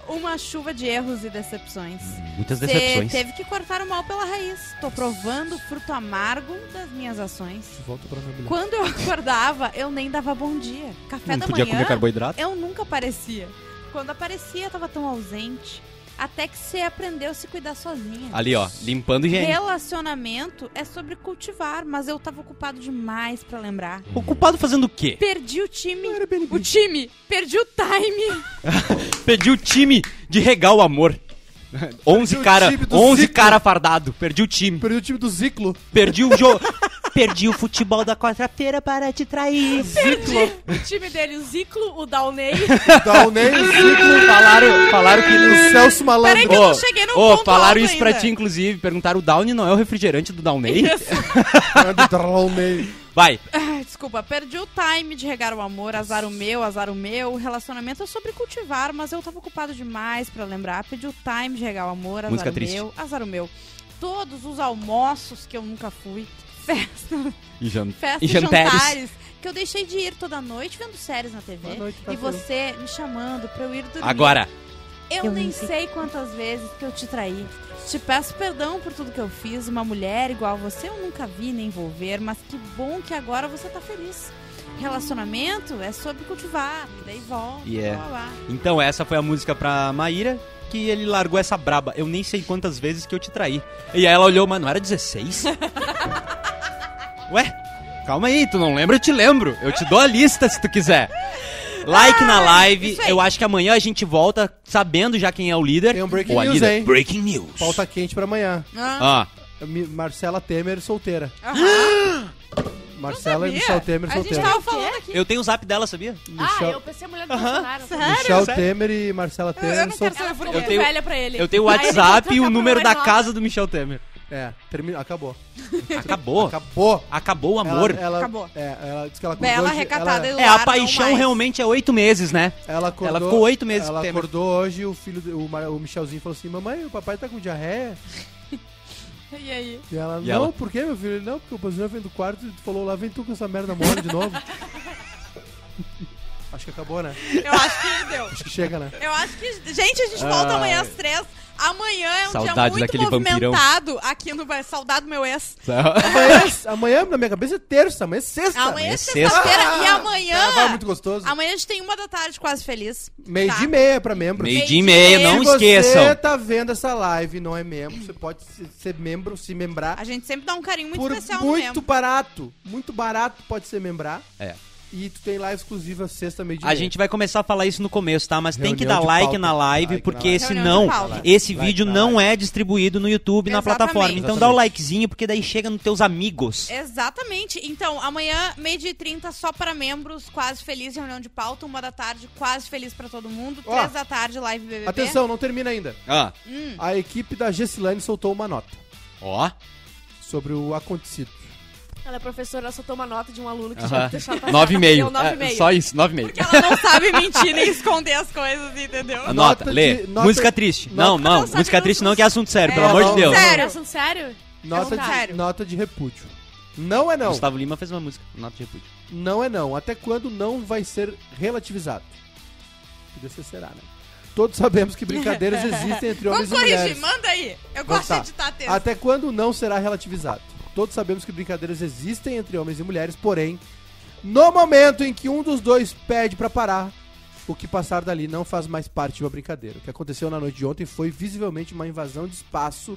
Uma chuva de erros e decepções.
Muitas
Você
decepções.
teve que cortar o mal pela raiz. Tô provando o fruto amargo das minhas ações.
Volta pra minha mulher.
Quando eu (laughs) acordava, eu nem dava bom dia. Café
Não
da
podia
manhã,
comer carboidrato.
eu nunca aparecia. Quando aparecia, tava tão ausente. Até que você aprendeu a se cuidar sozinha.
Ali, ó, limpando higiene.
Relacionamento é sobre cultivar, mas eu tava ocupado demais pra lembrar.
Ocupado fazendo o quê?
Perdi o time. O time. Perdi o time. (laughs)
Perdi o time de regar o amor. 11
o
cara,
time do
11
Zico.
cara fardado. Perdi o time.
Perdi o time do Ziclo.
Perdi o jogo. (laughs) Perdi o futebol da quarta-feira para te trair.
Ziclo.
O time dele, o Ziclo,
(laughs)
o Downey.
Downey, Ziclo.
Falaram, falaram que
O Celso Malandro.
Peraí que eu não cheguei no
Ô,
ponto
falaram
alto
isso pra
ainda.
ti, inclusive. Perguntaram, o Downy não é o refrigerante do
(laughs)
Downey?
é Downey.
Vai.
Ai, Desculpa, perdi o time de regar o amor, azar o meu, azar o meu. O relacionamento é sobre cultivar, mas eu tava ocupado demais pra lembrar. Perdi o time de regar o amor, azar
Música
o
triste.
meu, azar o meu. Todos os almoços que eu nunca fui, (laughs) festa,
E jan-
festas
e
e
jantares.
jantares, que eu deixei de ir toda noite vendo séries na TV.
Boa noite,
e
parceiro.
você me chamando pra eu ir dormir.
Agora.
Eu, nem sei quantas vezes que eu te traí. Te peço perdão por tudo que eu fiz. Uma mulher igual a você eu nunca vi nem vou ver, mas que bom que agora você tá feliz. Relacionamento é sobre cultivar, e daí volta,
E é.
blá, blá, blá.
Então, essa foi a música pra Maíra. Que ele largou essa braba. Eu nem sei quantas vezes que eu te traí. E aí ela olhou, mas não
(laughs)
era 16? Ué, calma aí, tu não lembra? Eu te lembro. Eu te dou a lista se tu quiser. Like na live.
Ah, isso aí.
Eu acho que amanhã a gente volta sabendo já quem é o líder.
Tem um breaking
Ou a
news,
líder.
hein?
Breaking news.
Pauta quente pra amanhã.
Ah,
Ah,
Mi- Marcela Temer solteira. Marcela
sabia.
e Michel Temer
a gente
solteira.
tava falando aqui.
eu tenho o zap dela, sabia?
ah,
Michel,
eu pensei a mulher do Bolsonaro.
Michel
sério?
Temer e Marcela Temer
não quero
solteira.
Ela ficou
Eu
muito
tenho-
velha pra ele.
Eu tenho o
Aí ele
WhatsApp
botou
e o
pra
número da
mulher nova.
casa do
(laughs)
Michel Temer.
É, termina, acabou.
Acabou.
Acabou.
Acabou o amor.
Ela, ela-
Acabou.
É, ela disse que ela acordou.
Bela,
hoje-
recatada,
Ela,
É,
Eduardo,
a
não
paixão
mais.
realmente é oito meses, né?
ela, acordou,
Ela ficou oito meses com
Ela
o Temer.
acordou hoje e o filho, do- o, Mar- o Michelzinho falou assim: Mamãe, o papai tá com diarreia.
E aí?
E ela,
E
não,
ela?
por quê, meu filho? Ele, Não, porque o Bolsonaro vem do quarto e tu falou, lá vem tu com essa merda mole de novo. Acho que acabou, né?
Eu acho que deu.
Acho que chega, né?
Eu acho que. Gente, a gente volta amanhã às três. Amanhã é um
Saudade
dia
daquele
muito
vampirão.
movimentado aqui no. Saudade do meu ex.
Tá. (laughs)
Amanhã, amanhã, na minha cabeça, é terça, amanhã é sexta.
Amanhã
é
é sexta-feira
sexta.
e amanhã.
Carnaval muito gostoso.
Amanhã a gente tem uma da tarde quase feliz.
Meio
Tá.
de meia pra membro.
Meio dia e meia, não
se você
esqueçam.
tá vendo essa live e não é membro, você pode se- ser membro, se membrar.
A gente sempre dá um carinho muito
por
especial
muito
mesmo.
barato. Muito barato pode ser membrar.
É.
E tu tem live exclusiva sexta, meio de
A gente vai começar a falar isso no começo, tá? Mas tem que
Reunião
dar
de
like
pauta.
na live,
Like
porque
na live. Reunião
senão
de pauta.
esse
Like
vídeo
na
não
live.
é distribuído no YouTube, na
Exatamente.
plataforma. Então dá o likezinho, porque daí chega nos teus amigos.
Exatamente. Então, amanhã, meio de 30, só para membros, quase feliz, reunião de pauta. Uma da tarde, quase feliz para todo mundo.
Ó.
Três da tarde, live BBB.
Atenção, não termina ainda.
Ah,
Hum.
A equipe da Gessilane soltou uma nota
ó.
sobre o acontecido.
Ela é professora, ela só toma nota de um aluno que já
Aham.
deixava
Nove e meio.
Deu nove e
É,
meio.
Só isso, nove e meio.
Ela não sabe mentir nem esconder as coisas, entendeu?
Nota,
Nota
lê.
de- nota-
música triste.
nota-
não, não.
Não sabe
música triste
música-
não, que é assunto sério,
É,
pelo amor
não,
de Deus.
não.
Sério? Assunto sério?
Nota,
Então
de,
tá. Sério.
nota de repúdio. Não é não.
Gustavo Lima fez uma música. Nota de repúdio.
Não é não. Até quando não vai ser relativizado? Podia ser será, né? Todos sabemos
(laughs)
que brincadeiras existem entre
Vamos
homens e
corrigir,
mulheres.
manda aí. Eu gosto
Vamos tá.
de estar texto.
Até quando não será relativizado? Todos sabemos que brincadeiras existem entre homens e mulheres, porém, no momento em que um dos dois pede pra parar, o que passar dali não faz mais parte de uma brincadeira. O que aconteceu na noite de ontem foi visivelmente uma invasão de espaço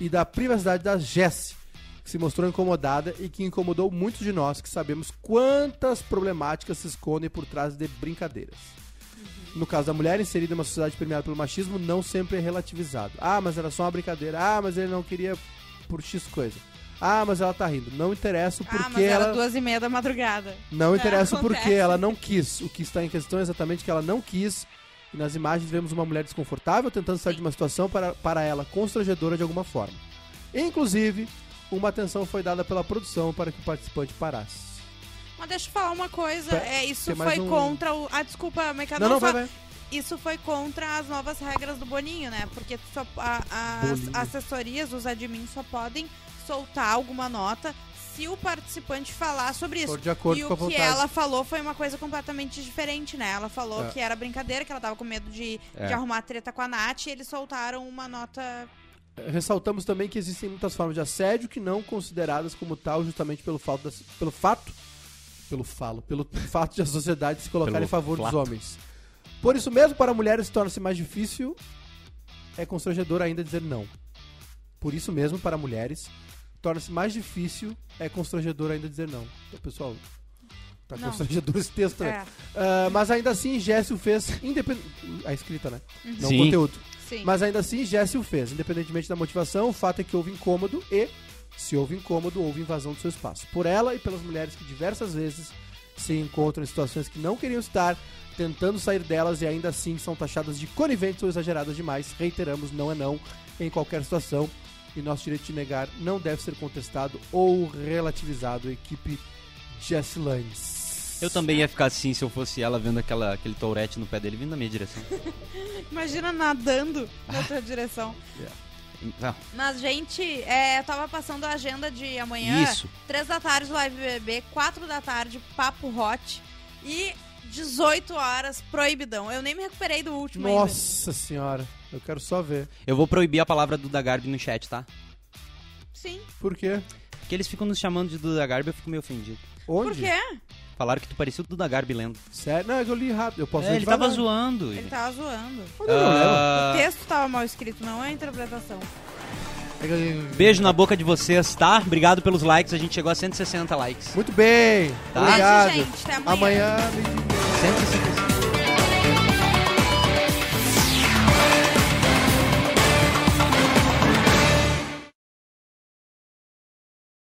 e da privacidade da Jessie, que se mostrou incomodada e que incomodou muitos de nós que sabemos quantas problemáticas se escondem por trás de brincadeiras. No caso da mulher, inserida em uma sociedade permeada pelo machismo, não sempre é relativizado. Ah, mas era só uma brincadeira. Ah, mas ele não queria por X coisa. Ah, mas ela tá rindo. Não interessa o porquê
Ah, mas era
ela...
duas e meia da madrugada.
Não interessa o
acontece.
porquê, ela não quis. O que está em questão é exatamente que ela não quis. E nas imagens vemos uma mulher desconfortável tentando sair de uma situação para, para ela constrangedora de alguma forma. Inclusive, uma atenção foi dada pela produção para que o participante parasse.
Mas deixa eu falar uma coisa.
Pera-
É, isso
tem mais
foi
um-
contra o. Ah, desculpa, Meca,
Não, não, vai,
fa-
vai.
Isso foi contra as novas regras do Boninho, né? Porque só, a- as
Bolinho.
assessorias, os admins, só podem soltar alguma nota se o participante falar sobre isso.
For de acordo
e
com
o
a
que
vontade.
ela falou foi uma coisa completamente diferente, né? Ela falou
É.
que era brincadeira, que ela tava com medo de,
É.
de arrumar treta com a Nath e eles soltaram uma nota.
Ressaltamos também que existem muitas formas de assédio que não consideradas como tal justamente pelo fato, das- pelo fato, pelo falo, pelo (laughs) fato de a sociedade se colocar
Pelo
em favor
flato.
dos homens. Por isso mesmo, para mulheres torna-se mais difícil, é constrangedor ainda dizer não. Por isso mesmo, para mulheres torna-se mais difícil, é constrangedor ainda dizer não. Então, pessoal, tá
Não.
constrangedor esse texto, né?
É,
Ah, mas ainda assim, Jéssica fez independente a escrita, né? Não
Sim.
o conteúdo.
sim.
Mas ainda assim, Jesse o fez. Independentemente da motivação, o fato é que houve incômodo e, se houve incômodo, houve invasão do seu espaço. Por ela e pelas mulheres que diversas vezes se encontram em situações que não queriam estar, tentando sair delas e ainda assim são taxadas de coniventes ou exageradas demais. Reiteramos, não é não em qualquer situação. E nosso direito de negar não deve ser contestado ou relativizado. Equipe Jesse Lines.
Eu também ia ficar assim se eu fosse ela vendo aquela, aquele tourette no pé dele vindo na minha direção.
Imagina nadando na tua (laughs) direção.
Ah,
Mas, gente, é, eu tava passando a agenda de amanhã.
Isso.
3 da tarde, Live BBB, 4 da tarde, Papo Hot e 18 horas, Proibidão. Eu nem me recuperei do último ainda.
Nossa senhora, eu quero só ver.
Eu vou proibir a palavra Duda Garbi no chat, tá?
Sim.
Por quê?
Porque eles ficam nos chamando de Duda Garbi, eu fico meio ofendido.
Onde?
Por quê?
Falaram que tu parecia o Duda Garbi lendo.
Sério? Não, é que eu li rápido. Eu posso
É, ele
editar,
tava
né?
zoando. Ah,
Ele tava zoando.
Mas eu não lembro.
O texto tava mal escrito, não é a interpretação.
É
Beijo na boca de vocês, tá? Obrigado pelos likes, a gente chegou a 160 likes.
Muito bem.
Tá.
Obrigado.
Beijo, gente. Até amanhã.
Amanhã, meio-dia.
160.